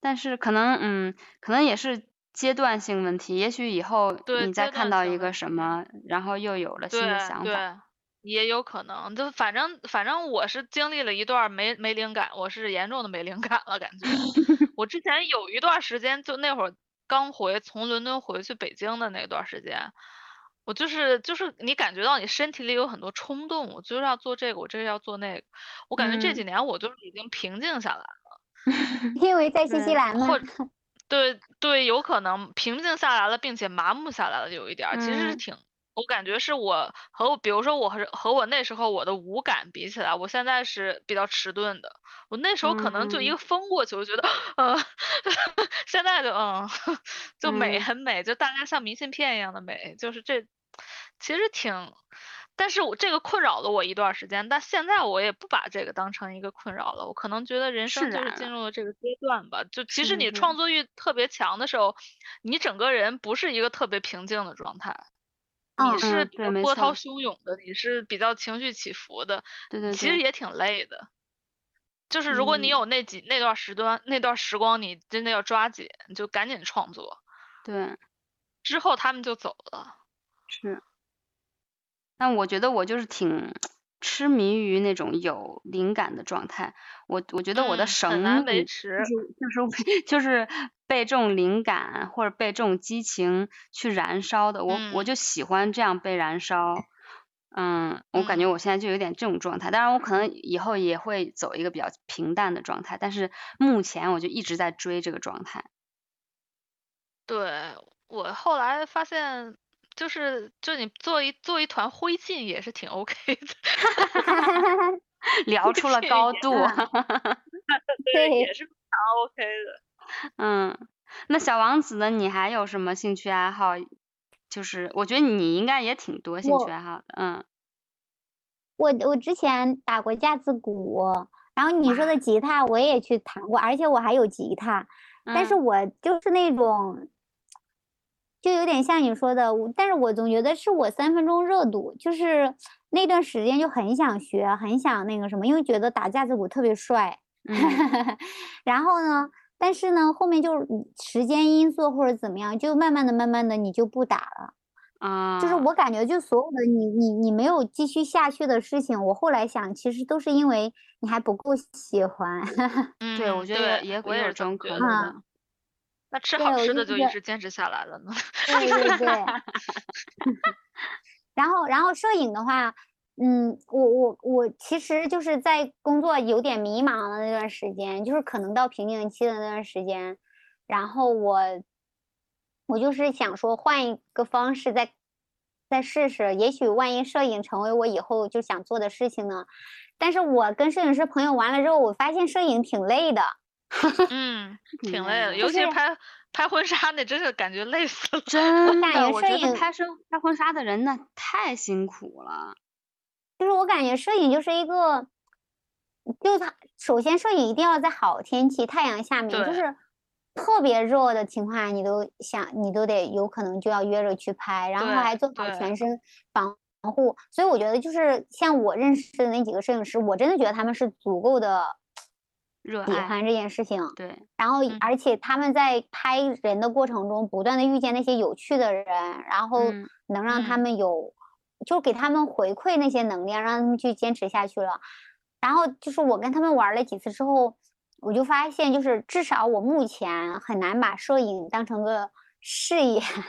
但是可能嗯，可能也是阶段性问题，也许以后
对
你再
阶
看
段
到
性
一
问
个
题
什么，然后又有了新的
对
想法，
对也有可能，就反正反正我是经历了一段儿没没灵感，我是严重的没灵感了，感 觉。我之前有一段时间，就那会儿刚回从伦敦回去北京的那段时间，我就是就是你感觉到你身体里有很多冲动，我就是要做这个，我这个要做那个，我感觉这
嗯
几年我就是已经平静下来了。
因为在新西
对
兰嘛
或，对对，有可能平静下来了，并且麻木下来了，有一点儿，其实是
嗯
挺，我感觉是我和我，比如说我和和我那时候我的五感比起来，我现在是比较迟钝的，我那时候可能就一
嗯
个风过去，我觉得，呃， 现在就嗯， 就美
嗯
很美，就大家像明信片一样的美，就是这，其实挺。但是我这个困扰了我一段儿时间，但现在我也不把这个当成一个困扰了。我可能觉得人生
释
就是
然
进
了
入了这个阶段吧。就其
是
嗯
实
是
你
是
创作欲特别强的时候，你整个人不是一个特别平静的状态，
嗯
你是
嗯
比
对
较
没
波涛
错
汹涌的，你是比较情绪起伏的，
对对对，
其实也挺累的。就是如果你
嗯
有那几那段时段那段时光，你真的要抓紧，你就赶紧创作。
对
之后他们就走了。
是。但我觉得我就是挺痴迷于那种有灵感的状态，我我觉得我的
嗯
绳
很难维
子
持
就。是 就是就是被这种灵感或者被这种激情去燃烧的，我、我
嗯
就喜欢这样被燃烧。嗯，我感觉我现在就有点这种状态，当然我可能以后也会走一个比较平淡的状态，但是目前我就一直在追这个状态。
对，我后来发现，就是就你做一做一团灰烬也是挺 OK 的，
聊出了
这一
高
点
度。
对，
对
也是蛮 OK 的。
嗯，那小王子呢？你还有什么兴趣爱好？就是我觉得你应该也挺多兴趣
我
爱好的，嗯，
我我之前打过架子鼓，然后你说的吉他我也去弹过，而且我还有吉他，但是
嗯
我就是那种，就有点像你说的，我但是我总觉得是我三分钟热度，就是那段时间就很想学，很想那个什么，因为觉得打架子鼓特别帅，
嗯
然后呢，但是呢，后面就是你时间因素或者怎么样，就慢慢的、慢慢的你就不打了。
啊，
就是我感觉，就所有的你你你没有继续下去的事情，我后来想，其实都是因为你还不够喜欢。
嗯，
对，我觉得也
我
也
也
有
是
这
这么
种
觉
可
得
能
的
的，
那吃
对
好
我
吃
就
的
觉
就一
得
直坚持下来了呢。
对对对。然后，然后摄影的话，嗯，我我我其实就是在工作有点迷茫的那段时间，就是可能到瓶颈期的那段时间，然后我我就是想说换一个方式再再试试，也许万一摄影成为我以后就想做的事情呢。但是我跟摄影师朋友玩了之后，我发现摄影挺累的，
嗯，
挺
挺
累
累
的
的，尤其是
是
拍拍婚纱那，真是感觉累死了。
真
感
的，
觉
我
摄
觉得
影
拍摄拍婚纱的人呢太辛苦了，
就是我感觉摄影就是一个，就是它首先摄影一定要在好天气、太阳下面，就
对
是特别热的情况下，你都想你都得有可能就要约着去拍，然后
对
还做好
对
全身防防护。所以我觉得就是像我认识的那几个摄影师，我真的觉得他们是足够的
热
喜
爱，
欢这件事情。
对，
然后
嗯，
而且他们在拍人的过程中，不断的遇见那些有趣的人，然后
嗯
能让他
嗯
们有，就给他们回馈那些能量，让他们去坚持下去了。然后就是我跟他们玩了几次之后，我就发现，就是至少我目前很难把摄影当成个事业去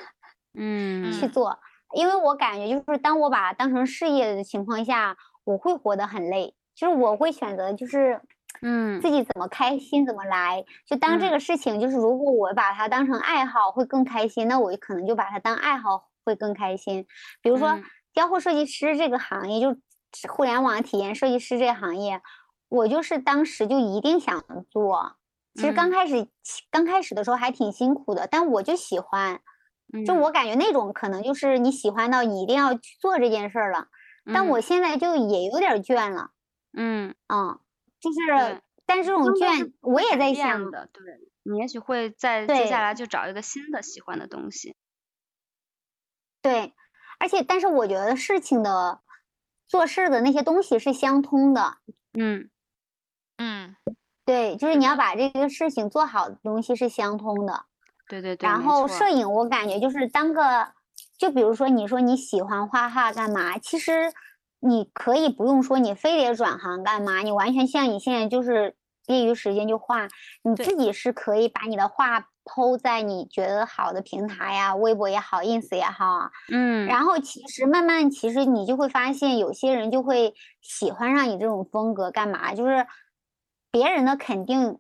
嗯
嗯
做，因为我感觉就是当我把它当成事业的情况下，我会活得很累，就是我会选择就是
嗯
自己怎么开心怎么来。就当这
嗯
个事情，就是如果我把它当成爱好会更开心，那我可能就把它当爱好会更开心。比如说
嗯
交互设计师这个行业，就是互联网体验设计师这个行业，我就是当时就一定想做。其实刚
嗯
开始、刚开始的时候还挺辛苦的，但我就喜欢，就
嗯
我感觉那种可能就是你喜欢到你一定要去做这件事儿了。但
嗯
我现在就也有点儿倦了，
嗯，
嗯，就是
对，
但这种
生活是
嗯
倦我也
改
在
变
想，
的，对，你也许会在接
对
下来就找一个新的喜欢的东西，
对，而且但是我觉得事情的做事儿的那些东西是相通的，
嗯
嗯，
对，就是
是
你要
的
把这个事情做好的东西是相通的。
对对对，
然
没
后
错
摄影，我感觉就是当个，就比如说你说你喜欢画画干嘛，其实你可以不用说你非得转行干嘛，你完全像你现在就是业余时间就画，你
对
自己是可以把你的画抛在你觉得好的平台呀，微博也好，ins 也好啊，
嗯，
然后其实慢慢，其实你就会发现，有些人就会喜欢上你这种风格，干嘛？就是别人的肯定，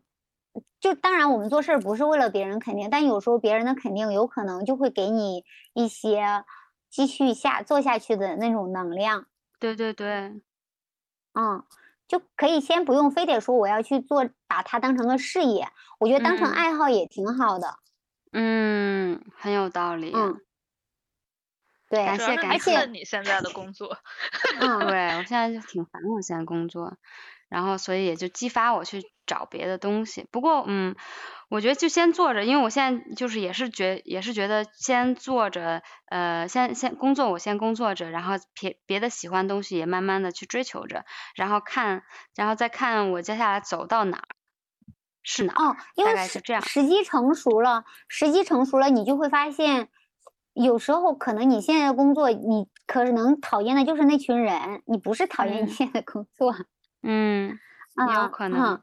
就当然我们做事儿不是为了别人肯定，但有时候别人的肯定有可能就会给你一些继续下做下去的那种能量。
对对对，
嗯，就可以先不用非得说我要去做，把它当成个事业，我觉得当成
嗯
爱好也挺好的。
嗯，很有道理。
嗯，对，
感
主
谢
要是
感
你
谢
恨你现在的工 作，
嗯，
对我现在就挺烦我现在工作，然后所以也就激发我去找别的东西。不过嗯，我觉得就先做着，因为我现在就是也是觉也是觉得先做着，呃，先先工作我先工作着，然后别别的喜欢东西也慢慢的去追求着，然后看然后再看我接下来走到哪儿是哪儿。
哦，因
大
为
概
时
是这样
时机成熟了，时机成熟了，你就会发现，有时候可能你现在的工作，你可能讨厌的就是那群人，你不是讨厌
嗯
你现在的工作，
嗯，也有
啊
可
嗯
能。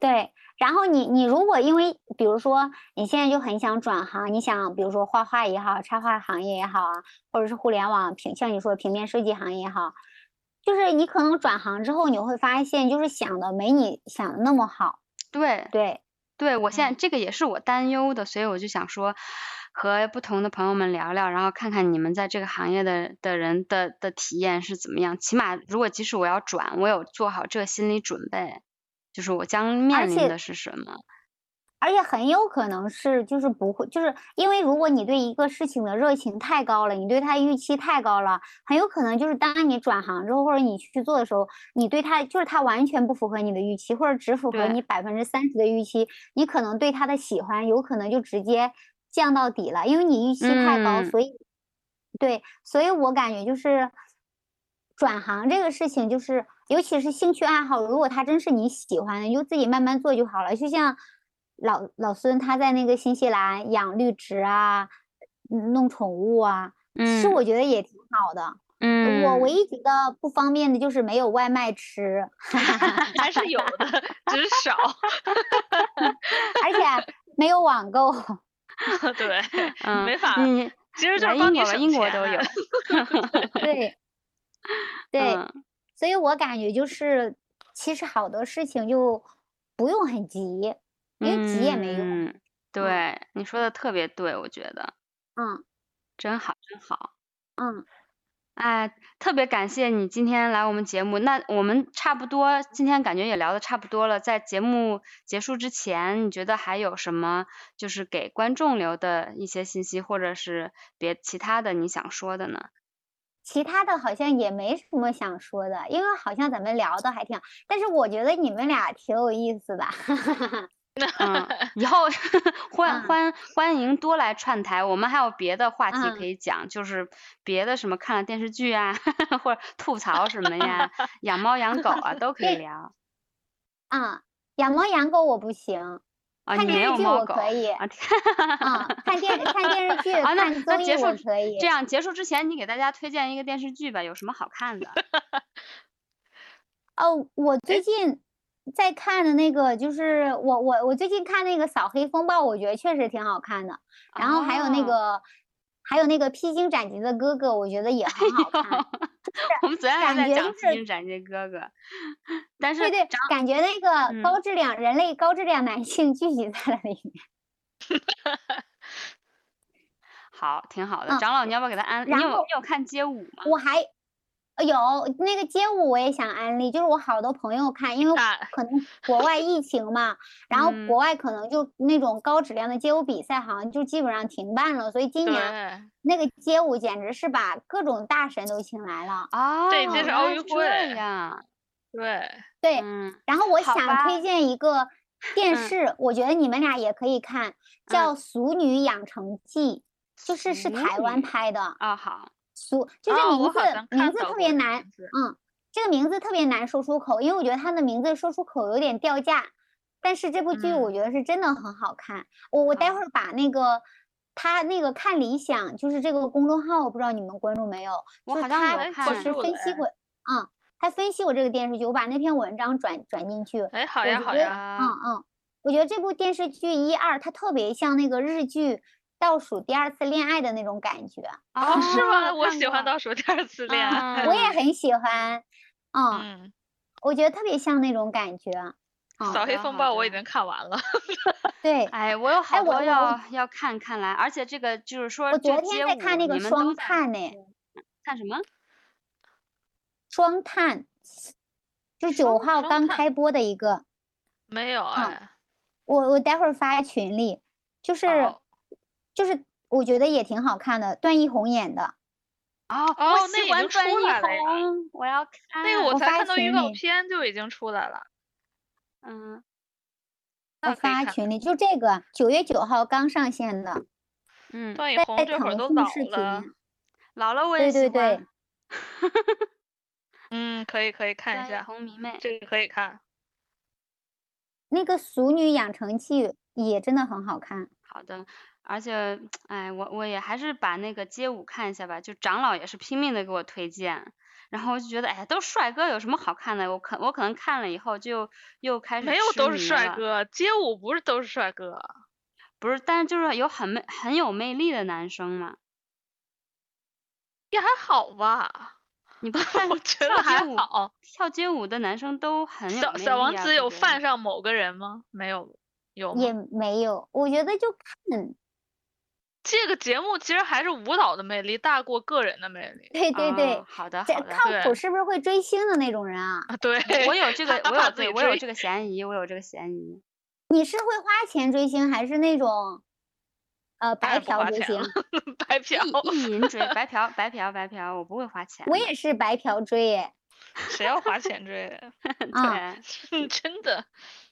对，然后你你如果因为比如说你现在就很想转行，你想比如说画画也好，插画行业也好啊，或者是互联网平像你说平面设计行业也好，就是你可能转行之后，你会发现就是想的没你想的那么好，
对，
对，
对，我现在
嗯
这个也是我担忧的，所以我就想说，和不同的朋友们聊聊，然后看看你们在这个行业的的人的的体验是怎么样。起码如果即使我要转，我有做好这个心理准备，就是我将面临
且
的是什么。
而且很有可能是就是不会，就是因为如果你对一个事情的热情太高了，你对它预期太高了，很有可能就是当你转行之后，或者你去做的时候，你对它就是它完全不符合你的预期，或者只符合
对
你百分之三十的预期，你可能对它的喜欢有可能就直接降到底了，因为你预期太高，
嗯
所以对，所以我感觉就是转行这个事情，就是尤其是兴趣爱好，如果它真是你喜欢的，你就自己慢慢做就好了。就像老老孙他在那个新西兰养绿植啊，嗯弄宠物啊，其实
嗯
我觉得也挺好的。
嗯，
我唯一觉得不方便的就是没有外卖吃，
还是有的，只是少。
而且没有网购。
对，
嗯
没
啊
法
你
其实就
来
是帮
英
你
国吧，
省
英国
钱啊
都有。
对，对，
嗯
所以我感觉就是，其实好多事情就不用很急，因为急也没用。嗯
嗯，对，你说的特别对，我觉得
嗯
真好，真好。嗯哎，特别感谢你今天来我们节目。那我们差不多今天感觉也聊得差不多了，在节目结束之前，你觉得还有什么就是给观众留的一些信息，或者是别其他的你想说的呢？
其他的好像也没什么想说的，因为好像咱们聊的还挺，但是我觉得你们俩挺有意思的。
嗯， 以后欢
嗯
欢欢迎多来串台，我们还有别的话题
嗯
可以讲，就是别的什么看了电视剧啊，或者吐槽什么 呀，养猫养狗啊都可以
对
聊。
啊，养猫养狗我不行，
啊，
哎看
你没
电视
有
剧
猫
我
狗
可以
啊？
啊，看电看电视剧、
啊那
看
那
综艺
结束
我可以
这。样结束之前，你给大家推荐一个电视剧吧，有什么好看的？
哦，我最近在看的那个就是我我我最近看那个《扫黑风暴》，我觉得确实挺好看的。然后还有那
哦，
个，还有那个披荆斩棘的哥哥，我觉得也很好 看。
我们昨天还
感
在
觉
讲《
就
披
是
荆斩棘哥哥》，但是
对对，感觉那
嗯
个高质量、人类高质量男性聚集在了里面。
好，挺好的。
嗯
长老，你要不要给他安？你有
然
你
后
有看街舞吗？
我还呃有那个街舞，我也想安利，就是我好多朋友看，因为
看
可能国外疫 情嘛，然后
啊嗯
国外可能就那种高质量的街舞比赛好像就基本上停办了，所以今年
对，
那个街舞简直是把各种大神都请来了。
哦，
这已经是
原
奥
来
运
这
会
呀，
对，
对，
嗯，
然后我
好
想
吧
推荐一个电
嗯
视，我觉得你们俩也可以看，
嗯
叫《俗女养成记》，就是是台
俗
湾
女
拍的，
哦，好，
俗就是
哦
名
我
字、
好像
名
看
字
到
特
过
别
这个
难
名，字
嗯，这个名字特别难说出口，因为我觉得它的名字说出口有点掉价，但是这部剧我
嗯
觉得是真的很好看，我我待
好
会儿把那个。他那个看理想，就是这个公众号，我不知道你们关注没有，
我
就
好像
他
有
其
看哎
实分析过，嗯，他分析我这个电视剧，我把那篇文章转转进去，
哎，好
我
呀
觉
好
得
呃啊
呀，
嗯嗯，我觉得这部电视剧一二，它特别像那个日剧《倒数第二次恋爱》的那种感觉。
哦，是吗？我
看
喜欢
过嗯
倒数第二次恋爱，
我也很喜欢，嗯，
嗯，
我觉得特别像那种感觉。嗯
扫黑
的
风
好
暴我已
的
经看完了，
对，
哎，我有好
我
多
我
要要看，看来，而且这个就是说，
我
这
昨
街
天在看
舞
那个
你们都
双
在
探呢，
看什么？
双探，就九
双
号
双
刚
探
开播的一个，
没有
嗯
哎，
我我待会儿发群里，就是、
哦
就是我觉得也挺好看的，段奕宏演的。
哦
哦
我
那
喜
已
欢
经
段
出来
奕
了呀
宏，我要看。
那个我
我
才
发
看到预
群
告
里
片就已经出来了，
嗯，
我
那可以
发
看。
群里就这个，九月九号刚上线的，
嗯，
段奕
在
宏这会儿
腾
都
讯
老
视
了，
频。
老了我也
对
喜
对对
欢，
嗯，可以可以看一
段奕
下，
宏迷妹。
这个可以看。
那个《俗女养成记》也真的很好看。
好的，而且，哎，我我也还是把那个街舞看一下吧。就长老也是拼命的给我推荐，然后我就觉得，哎呀，都是帅哥，有什么好看的？我可我可能看了以后就又开始
没有
哎痴
都是
迷
帅
了，
哥，街舞不是都是帅哥。啊
不是，但是就是有很魅很有魅力的男生嘛。
也还好吧，
你不看
我觉
跳
得
街
还
舞
好。
跳街舞的男生都很有
小
魅
小王
力啊
子
不
有
觉得
犯上某个人吗？没有，有吗
也没有，我觉得就看，
这个节目其实还是舞蹈的魅力大过个人的魅力
对对对
哦，好的
这
好的，
靠谱
对
是不是会追星的那种人啊？
啊。对，
我有这个
他
我
怕
有
自己
对我有
追
这个嫌疑，我有这个嫌疑。
你是会花钱追星，还是那种，呃，
当
白
然不
嫖
花
追
钱
星
了？， 白嫖。
意意淫追 白嫖白嫖白嫖，我不会花钱
哦
的
我也是白嫖追耶，
谁要花钱追的？
啊
对。
真的，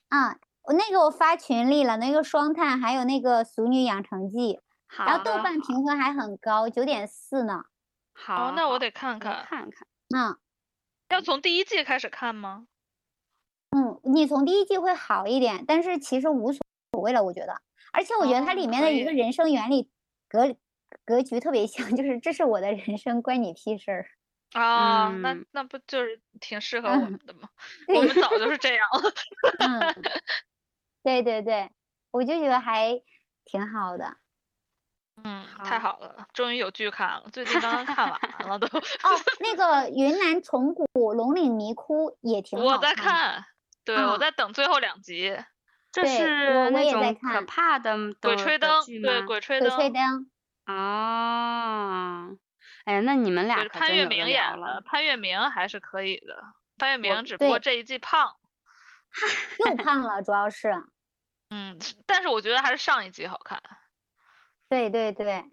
啊，我那个我发群里了，那个双探还有那个《俗女养成记》，
好
然后豆
的
瓣评分还很高，九点四呢。
好
哦，，那我
好
得看
我
看，
看看。
嗯
要从第一季开始看吗？
嗯，你从第一季会好一点，但是其实无所所谓了，我觉得。而且我觉得它
哦
里面
可
的一
以
个人生原理格格局特别像，就是这是我的人生，关你屁事儿。
啊，那
嗯
那不就是挺适合我
嗯
们的吗？ 我们早就是这样了。
嗯， 对对对，我就觉得还挺好的。
嗯，太
好
好了，终于有剧看了。最近 刚刚看完了都，
哦，那个云南虫谷龙岭迷窟也挺
我
好
嗯
在
的。
看，对我
嗯
在等最后两集。
这
对我
是
我
那
也在
种可
看
怕的的
鬼吹
的
灯，
剧
对，
吗
鬼吹
鬼吹
灯，
灯，
啊，哎呀，那你们俩
对，
可
潘
真
粤
有的
明
聊
演
了
的，。潘粤明还是可以的。潘粤明只不过
对
这一季胖，
又胖了，主要是。
嗯，但是我觉得还是上一季好看。
对对对，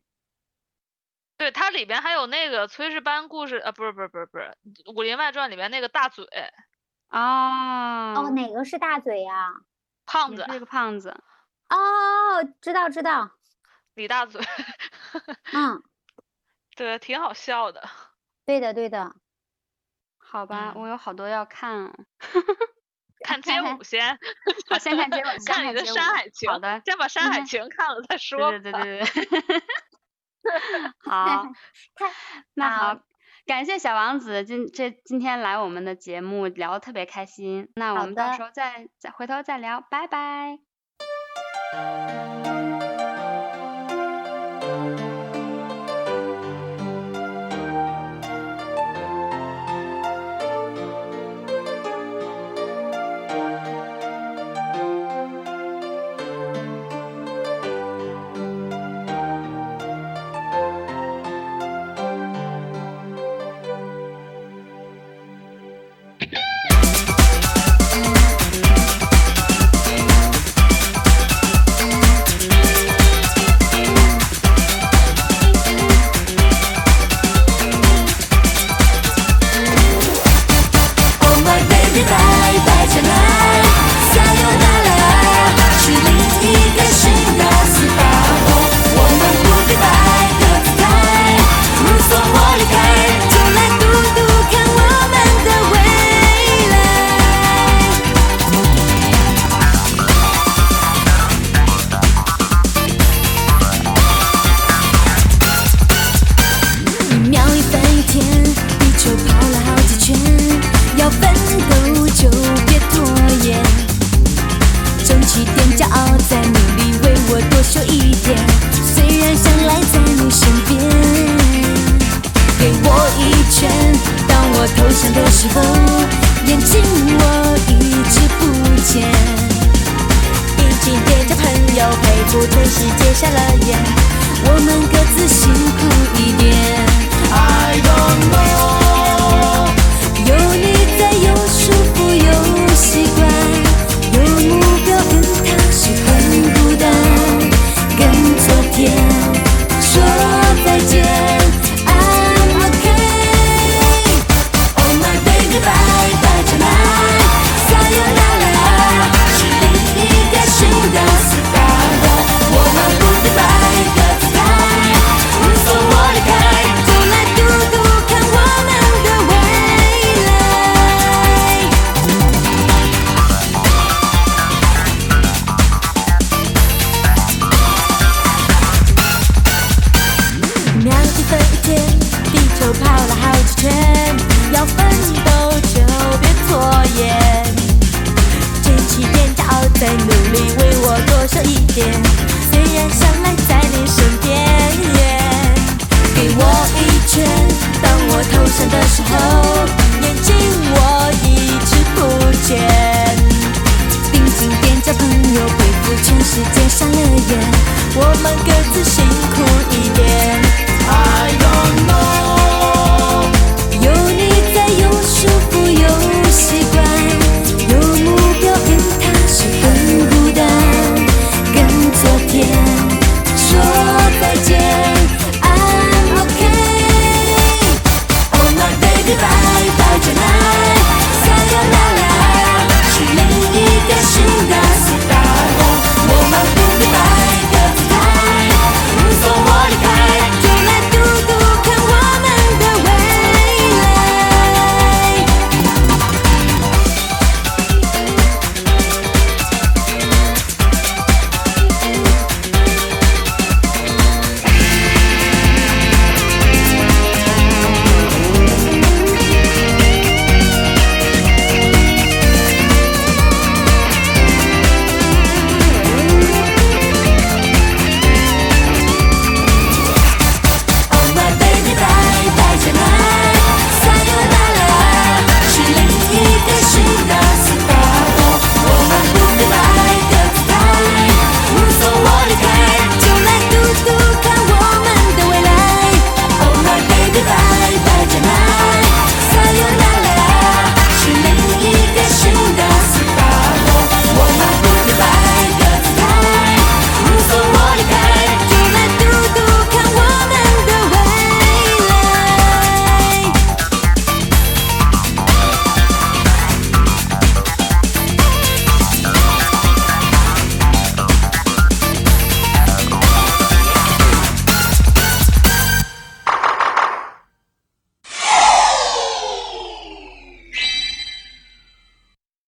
对，它里边还有那个炊事班故事，呃，不是不是不是不是《武林外传》里边那个大嘴
哦啊，
嗯
哦，哪个是大嘴呀、
胖
也
子
是个胖子。
哦，知道知道，
李大嘴，
嗯，
对，挺好笑的。
对的对的，
好吧，
嗯
我有好多要看啊，
看 街舞先，
我先看街舞，先
看
看
你的
街
《
舞。
山海情
好》，的，
先把《山
应
海
该
情》看了再说吧。
嗯对对对对对。好，那
好
好，感谢小王子今这今天来我们的节目聊得特别开心，那我
好
们到
的
时候再再回头再聊，拜拜。
Oh Oh, 我投降的时候，眼睛我一直不见。一起跌的朋友陪不对世界瞎了眼，我们各自辛苦一点。I don't know，有你在，有舒服，有习惯，有目标很踏实，很孤单，跟昨天说再见。I'm okay。Oh my baby bye bye tonight，撒由那拉是另一个新的 surprise，我们不 goodbye 的 time，你送我离开，就来赌赌看我们的未来。秒针分一天，地球跑了好几圈，要奋斗就别拖延。天气变到再努力为我多说一点，虽然想赖在你身边，给我一 Oh,